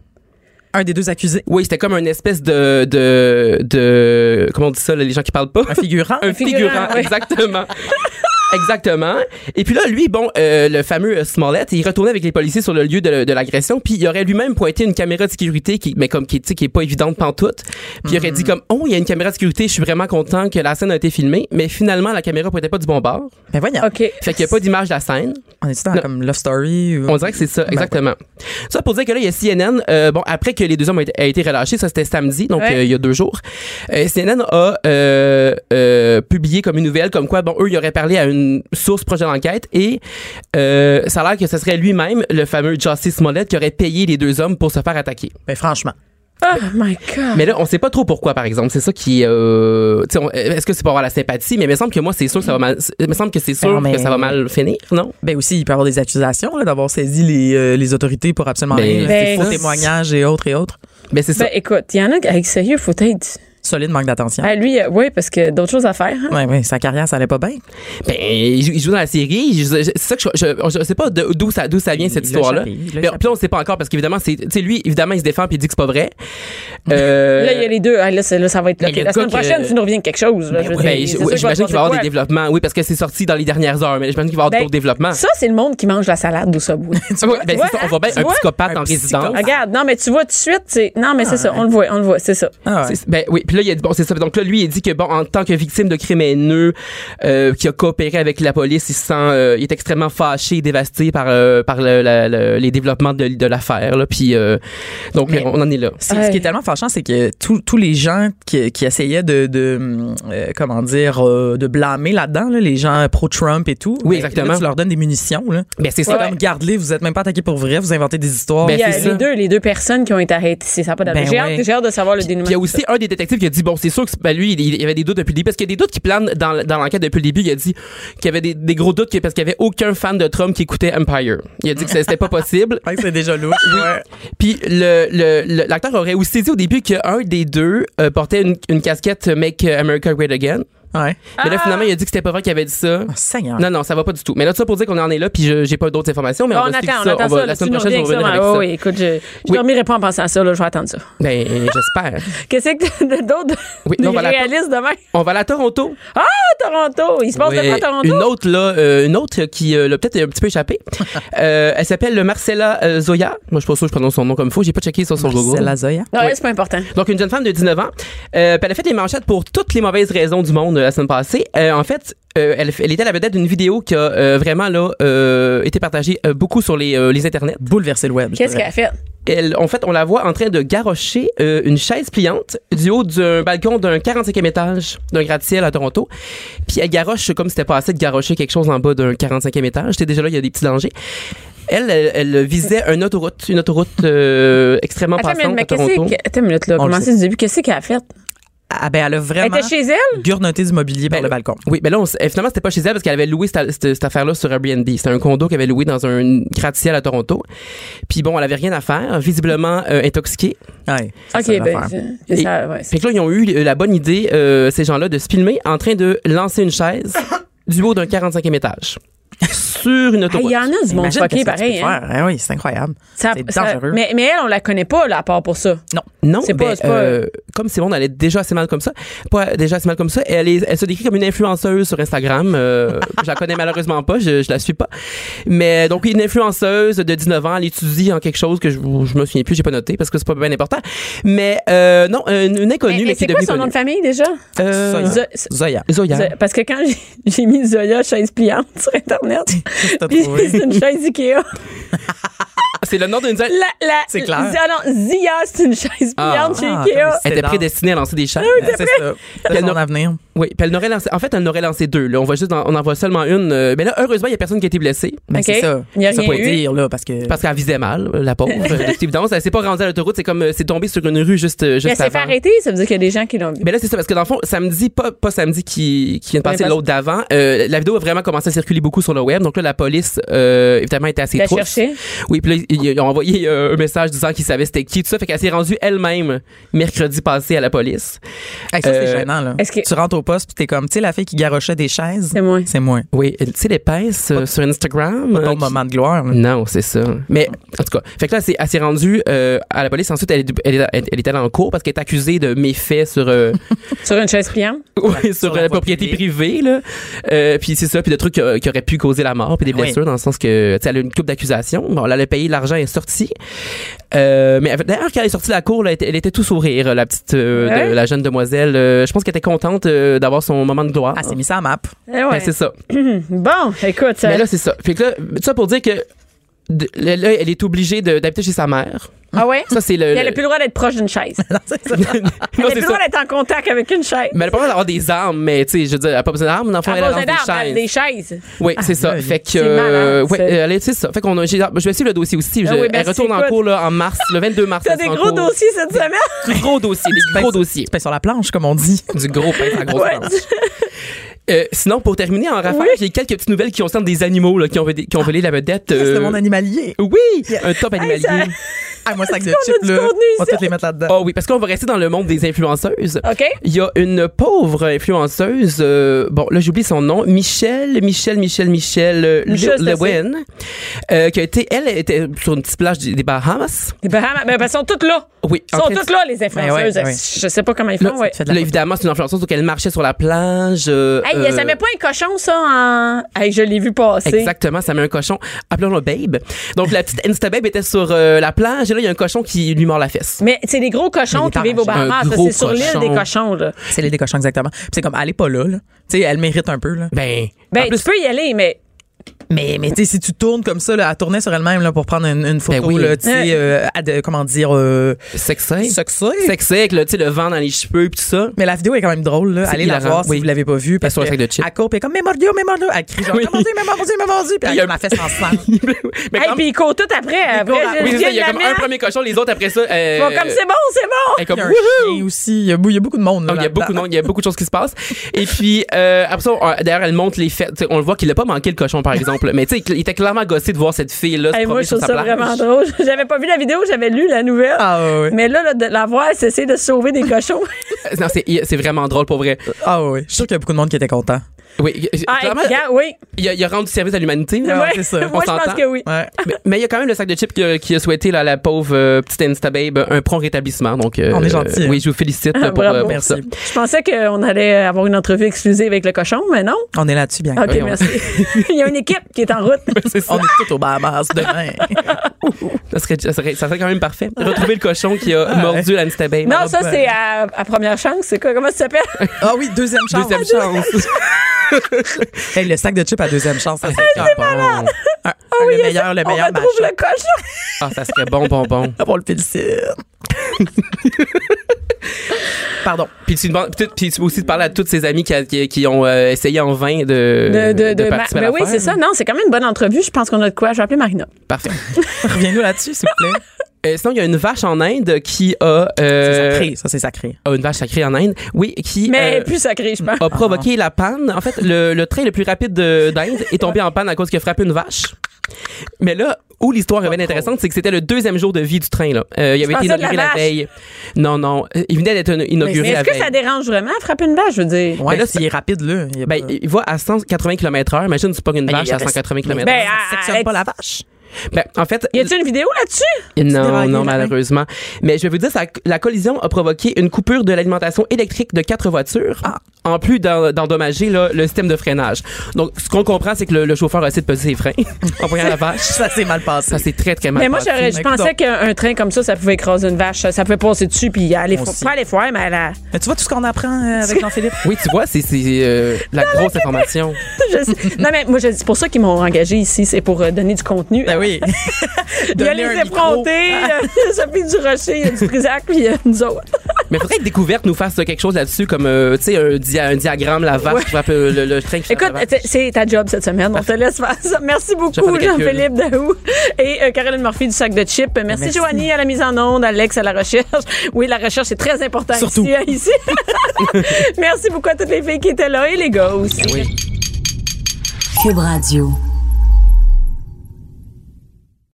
Speaker 6: Un des deux accusés.
Speaker 5: Oui, c'était comme une espèce de, de, de. Comment on dit ça, là, les gens qui parlent pas?
Speaker 6: Un figurant.
Speaker 5: Un figurant,
Speaker 3: figurant, ouais.
Speaker 5: exactement. Exactement. Et puis là, lui, bon, euh, le fameux euh, Smollett, il retournait avec les policiers sur le lieu de, de l'agression, puis il aurait lui-même pointé une caméra de sécurité, qui, mais comme qui, tu sais, qui est pas évidente pantoute. Puis il aurait dit comme, oh, il y a une caméra de sécurité, je suis vraiment content que la scène a été filmée, mais finalement, la caméra pointait pas du bon bord.
Speaker 6: Ben voyons.
Speaker 3: OK.
Speaker 5: Fait qu'il n'y a pas d'image de la scène.
Speaker 6: On est dans
Speaker 5: Non.
Speaker 6: comme Love Story? ou-
Speaker 5: On dirait que c'est ça,
Speaker 6: Ben
Speaker 5: exactement. Ça pour dire que là, il y a CNN, euh, bon, après que les deux hommes ont été, a été relâchés, ça c'était samedi, donc
Speaker 3: Ouais.
Speaker 5: euh, il y a deux jours, euh, CNN a euh, euh, publié comme une nouvelle, comme quoi, bon, eux, ils auraient parlé à une source proche de l'enquête et euh, ça a l'air que ce serait lui-même, le fameux Justice Smollett, qui aurait payé les deux hommes pour se faire attaquer.
Speaker 6: Ben franchement.
Speaker 3: Oh my
Speaker 6: Ah.
Speaker 3: God.
Speaker 5: Mais là, on sait pas trop pourquoi, par exemple. C'est ça qui, euh, tu sais, on- est-ce que c'est pour avoir la sympathie? Mais il me semble que moi, c'est sûr que ça va mal, il me semble que c'est sûr
Speaker 6: Ben Non, mais-
Speaker 5: que ça va mal finir, non?
Speaker 6: Ben aussi, il peut y avoir des accusations là, d'avoir saisi les, euh, les autorités pour absolument
Speaker 5: Ben,
Speaker 6: rien. là.
Speaker 3: ben,
Speaker 6: faux
Speaker 3: c'est-
Speaker 6: témoignages et autres et autres.
Speaker 5: Mais c'est ça.
Speaker 3: Ben, écoute, il y en a qui- avec sérieux, faut être.
Speaker 6: Solide manque d'attention.
Speaker 3: Ah, lui, euh, oui, parce que d'autres choses à faire. hein.
Speaker 6: Ouais, ouais, sa carrière, ça allait pas bien.
Speaker 5: Ben, il joue, il joue dans la série. Je- je- C'est ça que je, je, je sais pas de- d'où ça, d'où ça vient cette
Speaker 6: Il l'a
Speaker 5: histoire-là.
Speaker 6: échappé,
Speaker 5: Puis
Speaker 6: il l'a
Speaker 5: puis là,
Speaker 6: échappé.
Speaker 5: on sait pas encore parce qu'évidemment, c'est, tu sais, lui, évidemment, il se défend puis il dit que c'est pas vrai. Euh,
Speaker 3: Là, il y a les deux. Ah, là, c'est- là, ça va être.
Speaker 5: Ben,
Speaker 3: OK,
Speaker 5: il y a
Speaker 3: La
Speaker 5: de quoi
Speaker 3: semaine prochaine,
Speaker 5: que-
Speaker 3: tu nous reviens avec quelque chose. là, je veux
Speaker 5: ben,
Speaker 3: dire,
Speaker 5: je-
Speaker 3: c'est sûr
Speaker 5: ouais,
Speaker 3: qu'il va se
Speaker 5: j'imagine qu'il va y
Speaker 3: passer
Speaker 5: avoir
Speaker 3: quoi.
Speaker 5: des développements. Oui, parce que c'est sorti dans les dernières heures, mais j'imagine qu'il va y avoir
Speaker 3: Ben,
Speaker 5: d'autres développements.
Speaker 3: Ça, c'est le monde qui mange la salade au Subway.
Speaker 5: Ah ouais, ben,
Speaker 3: vois,
Speaker 5: c'est ça, on
Speaker 3: hein,
Speaker 5: voit bien
Speaker 3: tu
Speaker 5: un
Speaker 3: vois?
Speaker 5: psychopathe
Speaker 6: Un
Speaker 5: en
Speaker 6: psychopathe.
Speaker 5: résidence.
Speaker 3: Regarde, non, mais tu vois tout de suite, c'est. Non, mais c'est ça, on le voit, on le voit, c'est ça.
Speaker 6: Ah ouais.
Speaker 5: C'est- Ben oui, puis Puis là, il a dit, bon, c'est ça. Donc là, lui, il dit que, bon, en tant que victime de crimes haineux, euh, qui a coopéré avec la police, il se sent, euh, il est extrêmement fâché et dévasté par, euh, par le- la- le- les développements de, de l'affaire, là. Puis, euh, donc,
Speaker 6: Mais-
Speaker 5: on en est là.
Speaker 6: C'est- Ce qui est tellement fâchant, c'est que tous tous les gens qui, qui essayaient de, de, euh, comment dire, euh, de blâmer là-dedans, là, les gens pro-Trump et tout.
Speaker 5: Oui,
Speaker 6: ben,
Speaker 5: exactement.
Speaker 6: là, tu leur donnes des munitions. Là.
Speaker 5: Ben, c'est ça.
Speaker 6: C'est comme, garde-les, vous êtes même pas attaqués pour vrai, vous inventez des histoires.
Speaker 5: Ben,
Speaker 3: Il y a
Speaker 5: c'est
Speaker 3: les
Speaker 5: ça.
Speaker 3: deux, les deux personnes qui ont été arrêtées. C'est ça, a pas d'allure.
Speaker 6: Ben
Speaker 3: j'ai,
Speaker 6: ouais.
Speaker 3: hâte, j'ai hâte de savoir le
Speaker 5: Puis
Speaker 3: dénouement.
Speaker 5: il y a aussi un des détectives qui a dit bon c'est sûr que c'est- ben lui il, il y avait des doutes depuis le début parce qu'il y a des doutes qui planent dans, l- dans l'enquête depuis le début il a dit qu'il y avait des, des gros doutes que- parce qu'il y avait aucun fan de Trump qui écoutait Empire il a dit que c'était pas possible
Speaker 6: Je pense que c'est déjà louche. ouais.
Speaker 5: puis le, le- le- l'acteur aurait aussi dit au début qu'un des deux euh, portait une, une casquette Make America Great Again
Speaker 6: ouais.
Speaker 5: mais
Speaker 3: Ah!
Speaker 5: là finalement il a dit que c'était pas vrai qu'il avait dit ça
Speaker 6: Oh, Seigneur.
Speaker 5: non, non, ça va pas du tout. Mais là, tout ça pour dire qu'on en est là, puis je- j'ai pas d'autres informations, mais
Speaker 3: Bon,
Speaker 5: on,
Speaker 3: on
Speaker 5: va suivre
Speaker 3: attend, on
Speaker 5: ça.
Speaker 3: attend
Speaker 5: On va-
Speaker 3: ça.
Speaker 5: la
Speaker 3: là, tu
Speaker 5: semaine
Speaker 3: nous
Speaker 5: prochaine, je vais
Speaker 3: reviens
Speaker 5: revenir avec
Speaker 3: avec
Speaker 5: ça.
Speaker 3: ça. Oui, écoute, je, je
Speaker 5: Oui.
Speaker 3: dormirai pas en pensant à ça. Là, je vais attendre ça.
Speaker 5: Ben, j'espère.
Speaker 3: Qu'est-ce que t'as d'autre
Speaker 5: Oui, non,
Speaker 3: de
Speaker 5: on va la-
Speaker 3: réaliste demain?
Speaker 5: On va aller à Toronto.
Speaker 3: Ah, Toronto! Il se passe de
Speaker 5: Ouais,
Speaker 3: quoi à Toronto?
Speaker 5: Une autre, là, euh, une autre qui euh, l'a peut-être un petit peu échappé. Euh, elle s'appelle Marcella euh, Zoya. Moi, je suis pas sûre que je prononce son nom comme il faut. J'ai pas checké sur son
Speaker 6: C'est
Speaker 5: Google.
Speaker 6: la Zoya.
Speaker 3: Non, Ah c'est pas important.
Speaker 5: Donc, une jeune femme de 19 ans. Euh, puis elle a fait les manchettes pour toutes les mauvaises raisons du monde euh, la semaine passée. Euh, en fait, euh, elle, elle était la vedette d'une vidéo qui a euh, vraiment là, euh, été partagée euh, beaucoup sur les, euh, les internets.
Speaker 6: Bouleverser le web. je
Speaker 3: Qu'est-ce
Speaker 6: dirais.
Speaker 3: qu'elle a fait?
Speaker 5: Elle, en fait, on la voit en train de garrocher euh, une chaise pliante du haut d'un balcon d'un 45e étage d'un gratte-ciel à Toronto. Puis elle garoche comme c'était pas assez de garrocher quelque chose en bas d'un 45e étage. T'es déjà là, il y a des petits dangers. Elle, elle, elle visait une autoroute, une autoroute euh, extrêmement
Speaker 3: Attends, mais,
Speaker 5: passante
Speaker 3: mais
Speaker 5: à
Speaker 3: qu'est-ce
Speaker 5: Toronto.
Speaker 3: que. Attends une minute, là.
Speaker 6: On le
Speaker 3: Commencez du début. Qu'est-ce qu'elle a fait?
Speaker 6: Ah, ben, elle a
Speaker 3: Elle
Speaker 6: vraiment
Speaker 3: était chez elle?
Speaker 6: gurnoté du mobilier par
Speaker 5: Ben,
Speaker 6: le balcon.
Speaker 5: Oui, mais là, on s- eh, finalement, c'était pas chez elle parce qu'elle avait loué cette, cette- cette affaire-là sur Airbnb. C'était un condo qu'elle avait loué dans un gratte-ciel à Toronto. Puis bon, elle avait rien à faire, visiblement euh, intoxiquée.
Speaker 6: Ouais, c'est ça,
Speaker 3: OK,
Speaker 6: l'affaire.
Speaker 3: ben. c'est- c'est ça, ouais, c'est-
Speaker 5: Fait que là, ils ont eu euh, la bonne idée, euh, ces gens-là, de se filmer en train de lancer une chaise du haut d'un 45e étage sur une
Speaker 3: Ah, Il
Speaker 5: autoroute.
Speaker 3: y en a du monde
Speaker 6: Imagine qu'est-ce que
Speaker 3: fucké
Speaker 6: tu peux
Speaker 3: pareil. hein.
Speaker 6: faire. Ah oui, c'est incroyable.
Speaker 3: Ça-
Speaker 6: C'est
Speaker 3: ça-
Speaker 6: dangereux.
Speaker 3: mais, mais elle, on la connaît pas, là, à part pour ça.
Speaker 6: Non.
Speaker 5: non,
Speaker 3: c'est pas-
Speaker 5: ben,
Speaker 3: c'est pas-
Speaker 5: euh, comme Simone, elle est déjà assez mal comme ça. Pas déjà assez mal comme ça. Elle, est- elle se décrit comme une influenceuse sur Instagram. Euh, je la connais malheureusement pas, je, je la suis pas. Mais donc, une influenceuse de 19 ans, elle étudie en quelque chose que je, je me souviens plus, j'ai pas noté parce que c'est pas bien important. Mais euh, non, une, une inconnue,
Speaker 3: Mais,
Speaker 5: mais,
Speaker 3: mais
Speaker 5: qui
Speaker 3: c'est
Speaker 5: est
Speaker 3: quoi
Speaker 5: devenue
Speaker 3: son nom de
Speaker 5: connue.
Speaker 3: famille, déjà?
Speaker 5: Euh,
Speaker 6: Zoya. Ah
Speaker 3: Zo-
Speaker 6: Zoya.
Speaker 5: Zoya.
Speaker 3: Zo- Parce que quand j'ai- j'ai mis Zoya chaise pliante sur Internet,
Speaker 6: t'as
Speaker 3: puis
Speaker 6: trouvé?
Speaker 3: c'est une chaise Ikea.
Speaker 5: Ah, C'est le nom d'une
Speaker 3: La, la,
Speaker 6: C'est clair.
Speaker 3: Zia- non, Zia, c'est une chaise pliante
Speaker 5: Ah.
Speaker 3: chez
Speaker 6: Ah,
Speaker 3: Ikea.
Speaker 6: attends,
Speaker 5: Elle était
Speaker 6: C'est
Speaker 5: prédestinée à lancer des
Speaker 3: Ah
Speaker 5: chaises.
Speaker 3: Euh,
Speaker 6: C'est ça. C'est
Speaker 5: Elle
Speaker 6: son
Speaker 5: n'a-
Speaker 6: avenir.
Speaker 5: Oui, puis elle n'aurait lancé. En fait, elle n'aurait lancé deux. Là. On va juste, en- on en voit seulement une. euh, mais là, heureusement, il n'y a personne qui a été blessé
Speaker 6: Mais
Speaker 3: OK.
Speaker 6: Ben, c'est ça.
Speaker 3: Il y a
Speaker 6: ça
Speaker 3: rien
Speaker 6: faut
Speaker 3: eu.
Speaker 6: dire, là, parce que.
Speaker 5: parce qu'elle visait mal, euh, la pauvre. euh, de toute évidence, elle s'est pas rendue à l'autoroute. C'est comme, euh, c'est tombé sur une rue juste, euh,
Speaker 3: Mais elle
Speaker 5: juste
Speaker 3: s'est fait
Speaker 5: avant.
Speaker 3: arrêter, ça veut dire qu'il y a des gens qui l'ont vu.
Speaker 5: Mais là, c'est ça, parce que dans le fond, samedi, pas, pas samedi qui, qui vient de
Speaker 3: Ouais, bah,
Speaker 5: passer,
Speaker 3: parce-
Speaker 5: l'autre d'avant, euh, la vidéo a vraiment commencé à circuler beaucoup sur le web. Donc là, la police, euh, évidemment, était assez
Speaker 3: La
Speaker 5: trousse.
Speaker 3: chercher.
Speaker 5: Oui, puis là, ils ils ont envoyé euh, un message disant qu'ils savaient c'était qui, tout ça. Fait qu'elle s'est rendue elle-même mercredi passé à la police.
Speaker 6: Hey, ça, c'est
Speaker 5: Euh,
Speaker 6: gênant, là.
Speaker 3: est-ce que-
Speaker 6: Tu rentres au poste, puis t'es comme, tu sais, la fille qui garochait des chaises.
Speaker 3: C'est moi.
Speaker 6: C'est moi.
Speaker 5: Oui, tu sais, l'épaisse euh, sur Instagram. euh,
Speaker 6: Ton
Speaker 5: qui-
Speaker 6: moment de gloire, là.
Speaker 5: Non, c'est ça. Mais en tout cas, fait que là, c'est- elle s'est rendue euh, à la police. Ensuite, elle, est- elle, est- elle, elle est allée en cours parce qu'elle est accusée de méfaits sur, euh,
Speaker 3: Sur une chaise pliante.
Speaker 5: ouais, sur,
Speaker 6: sur la
Speaker 5: la
Speaker 6: voie
Speaker 5: propriété privée. là. Euh, puis c'est ça, puis de trucs qui, a- qui auraient pu causer la mort, puis des
Speaker 6: Oui.
Speaker 5: blessures, dans le sens que, tu sais, elle a une coupe d'accusations. Bon, là, elle a payé l'argent, elle est sortie. Euh, mais elle- d'ailleurs, quand elle est sortie de la cour, là, elle, était, elle était tout sourire, la petite, euh, de-
Speaker 3: Ouais.
Speaker 5: la jeune demoiselle. Euh, je pense qu'elle était contente euh, d'avoir son moment de gloire.
Speaker 6: Ah, c'est mis ça à map.
Speaker 3: Eh ouais.
Speaker 5: Ben, c'est ça.
Speaker 3: Bon, écoute, ça-
Speaker 5: Mais là, c'est ça. Fait que là, tout ça pour dire que de- là, là, elle est obligée de- d'habiter chez sa mère.
Speaker 3: ah ouais?
Speaker 5: Ça, c'est le.
Speaker 3: Puis elle
Speaker 5: le-
Speaker 3: n'a plus le droit d'être proche d'une chaise.
Speaker 6: Non, c'est ça.
Speaker 3: Elle n'a
Speaker 5: Non, c'est
Speaker 3: plus le
Speaker 5: ça.
Speaker 3: droit d'être en contact avec une chaise.
Speaker 5: Mais elle a pas besoin d'avoir des armes, mais tu sais, je veux dire, elle a pas besoin d'armes, mais enfin,
Speaker 3: Elle
Speaker 5: elle
Speaker 3: a
Speaker 5: a
Speaker 3: besoin
Speaker 5: des
Speaker 3: d'armes,
Speaker 5: chaises.
Speaker 3: des chaises.
Speaker 5: Oui, c'est ça.
Speaker 6: aïe.
Speaker 5: Fait que.
Speaker 3: C'est
Speaker 5: euh,
Speaker 3: malade,
Speaker 5: ouais,
Speaker 3: ça.
Speaker 5: euh, elle est- c'est ça. Fait qu'on a, j'ai- je vais suivre le dossier aussi. Je,
Speaker 3: Ah oui,
Speaker 5: elle
Speaker 3: merci,
Speaker 5: retourne en
Speaker 3: écoute.
Speaker 5: cours, là, en mars, le 22 mars.
Speaker 3: T'as
Speaker 5: elle
Speaker 3: des
Speaker 5: sera en
Speaker 3: gros
Speaker 5: cours.
Speaker 3: dossiers cette semaine?
Speaker 5: Du gros dossier, des gros dossiers.
Speaker 6: Tu pèses sur la planche, comme on dit.
Speaker 5: Du gros pain à grosse
Speaker 3: Ouais.
Speaker 5: planche. Euh, sinon, pour terminer en rafale, j'ai quelques petites nouvelles qui concernent des animaux là, qui, ont, vedé- qui ont
Speaker 3: Ah.
Speaker 5: volé la vedette.
Speaker 6: C'est
Speaker 5: euh,
Speaker 6: le monde animalier.
Speaker 5: oui, un top animalier.
Speaker 3: ça-
Speaker 6: Ah, moi, sac de
Speaker 3: qu'on a
Speaker 6: chips,
Speaker 3: du
Speaker 6: là.
Speaker 3: contenu
Speaker 6: On va
Speaker 3: ici?
Speaker 6: toutes les mettre là-dedans.
Speaker 5: Oh oui, parce qu'on va rester dans le monde des influenceuses.
Speaker 3: OK.
Speaker 5: Il y a une pauvre influenceuse, euh, bon là j'oublie son nom, Michelle, Michelle, Michelle, Michelle euh,
Speaker 3: Michel,
Speaker 5: Le-
Speaker 3: c'est assez.
Speaker 5: Lewin, euh, qui a été, elle était sur une petite plage des des Bahamas.
Speaker 3: Les Bahamas, ben, ben, elles sont toutes là.
Speaker 5: Oui.
Speaker 3: Ils
Speaker 5: en
Speaker 3: sont
Speaker 5: fait,
Speaker 3: toutes là, les
Speaker 5: Ben
Speaker 3: influenceuses.
Speaker 6: Ouais, ouais, ouais.
Speaker 3: Je sais pas comment ils
Speaker 5: Là,
Speaker 3: font. ouais.
Speaker 6: tu fais de la
Speaker 5: là,
Speaker 6: photo.
Speaker 5: évidemment, c'est une influenceuse, donc elle marchait sur la plage. euh,
Speaker 3: Hey,
Speaker 5: euh,
Speaker 3: ça met pas un cochon, ça, en. Hey, je l'ai vu passer.
Speaker 5: Exactement, ça met un cochon. Appelons-le Babe. Donc, la petite Insta Babe était sur euh, la plage et là, il y a un cochon qui lui mord la fesse.
Speaker 3: Mais c'est des gros cochons
Speaker 6: Mais
Speaker 3: qui
Speaker 6: des
Speaker 3: vivent au
Speaker 6: parachutes.
Speaker 3: Bahamas.
Speaker 5: Un
Speaker 3: ça,
Speaker 5: gros
Speaker 3: C'est sur l'île
Speaker 5: cochon.
Speaker 3: des cochons. Là.
Speaker 6: C'est les décochons, exactement. Puis c'est comme, elle est pas là, là. Tu sais, elle mérite un peu, là.
Speaker 5: Ben,
Speaker 3: Ben,
Speaker 5: en plus,
Speaker 3: tu peux y aller, mais
Speaker 6: Mais, mais tu sais, si tu tournes comme ça, là, elle tournait sur elle-même, là, pour prendre une, une photo,
Speaker 5: Ben oui.
Speaker 6: là, tu sais, euh, à de- comment dire, euh,
Speaker 5: sexy.
Speaker 6: sexy.
Speaker 5: Sexy avec le, tu sais, le vent dans les cheveux et tout ça.
Speaker 6: Mais la vidéo est quand même drôle, là.
Speaker 5: C'est
Speaker 6: Allez la
Speaker 5: hilarant,
Speaker 6: voir si
Speaker 5: oui.
Speaker 6: vous l'avez pas vue. Parce
Speaker 5: sur
Speaker 6: que
Speaker 5: le sac de chips.
Speaker 6: Elle court, puis elle est comme, mais mordio, mais mordio. Elle crie genre,
Speaker 5: Oui.
Speaker 6: mais mordu, mais mordu, mais mordu. Puis
Speaker 5: Il y a
Speaker 6: elle
Speaker 5: un-
Speaker 6: m'a fait sans sang.
Speaker 5: Mais
Speaker 3: Hey,
Speaker 5: quand-
Speaker 3: puis ils courent tout après. après
Speaker 5: oui,
Speaker 3: je
Speaker 5: c'est ça, il y a
Speaker 3: viens de
Speaker 5: comme
Speaker 3: la
Speaker 5: un
Speaker 3: mettre.
Speaker 5: premier cochon, les autres après ça. euh,
Speaker 3: Ils font comme c'est bon, c'est bon.
Speaker 5: elle est
Speaker 6: Il
Speaker 5: comme,
Speaker 6: y a un
Speaker 5: Wouhou!
Speaker 6: chien aussi. Il y a, beau- il y a beaucoup de monde, là.
Speaker 5: Donc, il y a
Speaker 6: là-dedans.
Speaker 5: beaucoup de monde, il y a beaucoup de choses qui se passent. Et puis, euh, après ça, on- d'ailleurs, elle monte les fêtes. Tu sais, on le voit qu'il a pas manqué le cochon, par exemple. Mais tu sais, il était clairement gossé de voir cette fille-là se
Speaker 3: Hey, moi,
Speaker 5: promener
Speaker 3: je trouve
Speaker 5: sur
Speaker 3: ça
Speaker 5: sa plage.
Speaker 3: vraiment drôle. J'avais pas vu la vidéo, j'avais lu la nouvelle.
Speaker 6: Ah, ouais, ouais.
Speaker 3: Mais là, là, de la voir cesser de sauver des cochons.
Speaker 5: Euh, Non, c'est, c'est vraiment drôle, pour vrai.
Speaker 6: Ah, ouais, ouais. Je suis sûr qu'il y a beaucoup de monde qui était content.
Speaker 5: Oui,
Speaker 3: ah, hey,
Speaker 5: clairement,
Speaker 3: regarde, oui.
Speaker 5: il a, il a rendu service à l'humanité. là.
Speaker 6: Ouais,
Speaker 3: Ouais,
Speaker 6: c'est ça.
Speaker 5: Ah, On
Speaker 3: Moi, je pense
Speaker 5: s'entend.
Speaker 3: que oui.
Speaker 6: Ouais.
Speaker 5: Mais- Mais il y a quand même le sac de chips qui a, qui a souhaité là, à la pauvre euh, petite Instababe un prompt rétablissement. Donc, euh,
Speaker 6: On est gentil, hein.
Speaker 5: oui, je vous félicite
Speaker 3: Ah,
Speaker 5: pour,
Speaker 3: bravo.
Speaker 5: euh, pour
Speaker 6: Merci.
Speaker 5: ça.
Speaker 3: Je pensais qu'on allait avoir une entrevue exclusive avec le cochon, mais non.
Speaker 6: On est là-dessus, bien.
Speaker 3: OK,
Speaker 5: Voyons.
Speaker 3: merci. Il y a une équipe qui est en route.
Speaker 5: C'est ça.
Speaker 6: On est tous au Bahamas demain.
Speaker 5: Ça serait, ça, serait, ça serait quand même parfait. Retrouver le cochon qui a mordu la Instababe.
Speaker 3: Non, ça, c'est à, à première chance. C'est quoi? Comment ça s'appelle?
Speaker 6: Ah oui, deuxième chance.
Speaker 5: Deuxième chance.
Speaker 6: Hey, le sac de chips à deuxième chance, ça, c'est
Speaker 5: Ah, bon.
Speaker 6: un- un- le meilleur, le
Speaker 3: On
Speaker 6: meilleur match.
Speaker 3: retrouve le cochon.
Speaker 5: Ah, ça serait bon, bon, bon.
Speaker 6: On le félicite. Pardon.
Speaker 5: Puis tu, demandes- puis tu- puis tu peux aussi te parler à toutes ces amies qui, a- qui- qui ont euh, essayé en vain Euh, de,
Speaker 3: De, de, de,
Speaker 5: participer à
Speaker 3: ben oui,
Speaker 5: l'affaire.
Speaker 3: c'est ça. Non, c'est quand même une bonne entrevue. Je pense qu'on a de quoi. Je vais appeler Marina.
Speaker 5: Parfait.
Speaker 6: Reviens-nous là-dessus, s'il vous plaît.
Speaker 5: Euh, sinon, il y a une vache en Inde qui a...
Speaker 6: C'est
Speaker 5: euh,
Speaker 6: sacré, ça, c'est sacré.
Speaker 5: ah, une vache sacrée en Inde. Oui, qui...
Speaker 3: Mais
Speaker 5: euh,
Speaker 3: plus Ah. sacré, je pense.
Speaker 5: a provoqué la panne. En fait, le, le train le plus rapide de- d'Inde est tombé en panne à cause qu'il a frappé une vache. Mais là, où l'histoire est bien intéressante, c'est que c'était le deuxième jour de vie du train. Là. Euh, il avait été
Speaker 3: pensais de la
Speaker 5: inauguré la,
Speaker 3: vache.
Speaker 5: veille. Non, non. euh, Il venait d'être inauguré
Speaker 3: Mais
Speaker 5: la
Speaker 3: est-ce que
Speaker 5: veille.
Speaker 3: ça dérange vraiment frapper une vache, je veux dire?
Speaker 6: Ouais,
Speaker 5: là,
Speaker 6: là, s'il est rapide, là. Il y a
Speaker 5: Ben,
Speaker 6: pas-
Speaker 5: il va à 180 km/h. Imagine, tu pognes une
Speaker 6: Ben,
Speaker 5: vache
Speaker 6: il y
Speaker 5: à
Speaker 6: a-
Speaker 5: 180 km/h.
Speaker 3: Ben,
Speaker 6: ça sectionne
Speaker 3: Alex-
Speaker 6: pas la vache.
Speaker 5: Ben, en fait, euh,
Speaker 3: Y a-t-il une hein? vidéo là-dessus?
Speaker 5: non,
Speaker 6: déraillé,
Speaker 5: non,
Speaker 6: là,
Speaker 5: malheureusement. Mais je vais vous dire, ça- la collision a provoqué une coupure de l'alimentation électrique de quatre voitures, en plus d'en- d'endommager là, le système de freinage. Donc, ce qu'on comprend, c'est que le, le chauffeur a essayé de peser ses freins en voyant la vache.
Speaker 6: Ça s'est mal passé.
Speaker 5: Ça, c'est très, très mal
Speaker 3: Mais moi,
Speaker 5: passé.
Speaker 3: j'aurais- je
Speaker 6: Mais
Speaker 3: pensais
Speaker 6: donc-
Speaker 3: qu'un un train comme ça, ça pouvait écraser une vache. Ça pouvait passer dessus, puis aller fo-
Speaker 6: aussi.
Speaker 3: pas aller foire, mais elle a...
Speaker 6: Mais tu vois tout ce qu'on apprend euh, avec Jean-Philippe?
Speaker 5: Oui, tu vois, c'est c'est, euh, la grosse information.
Speaker 3: Je sais- non, mais moi, je- c'est pour ça qu'ils m'ont engagé ici. C'est pour euh, donner du contenu.
Speaker 6: Ben oui.
Speaker 3: il y a
Speaker 6: Donner
Speaker 3: les
Speaker 6: un micro. Ah.
Speaker 3: effrontés, il y a Sophie Durocher, il y a du Trisac, puis il y a nous autres.
Speaker 5: Mais faudrait que Découverte nous fasse euh, quelque chose là-dessus, comme, euh, tu sais, un, dia- un diagramme, la vache, qui frappe, euh, le, le train qui frappe
Speaker 3: Écoute,
Speaker 5: la vache.
Speaker 3: c'est- c'est ta job cette semaine. On te laisse faire ça. Merci beaucoup,
Speaker 5: Je vais faire des
Speaker 3: Jean-Philippe Daou et euh, Caroline Murphy du sac de chips. Merci,
Speaker 6: Merci.
Speaker 3: Joanie à la mise en onde, Alex à la recherche. Oui, la recherche est très importante
Speaker 6: Surtout.
Speaker 3: ici. hein, ici. Merci beaucoup à toutes les filles qui étaient là et les gars aussi.
Speaker 1: Cube Radio.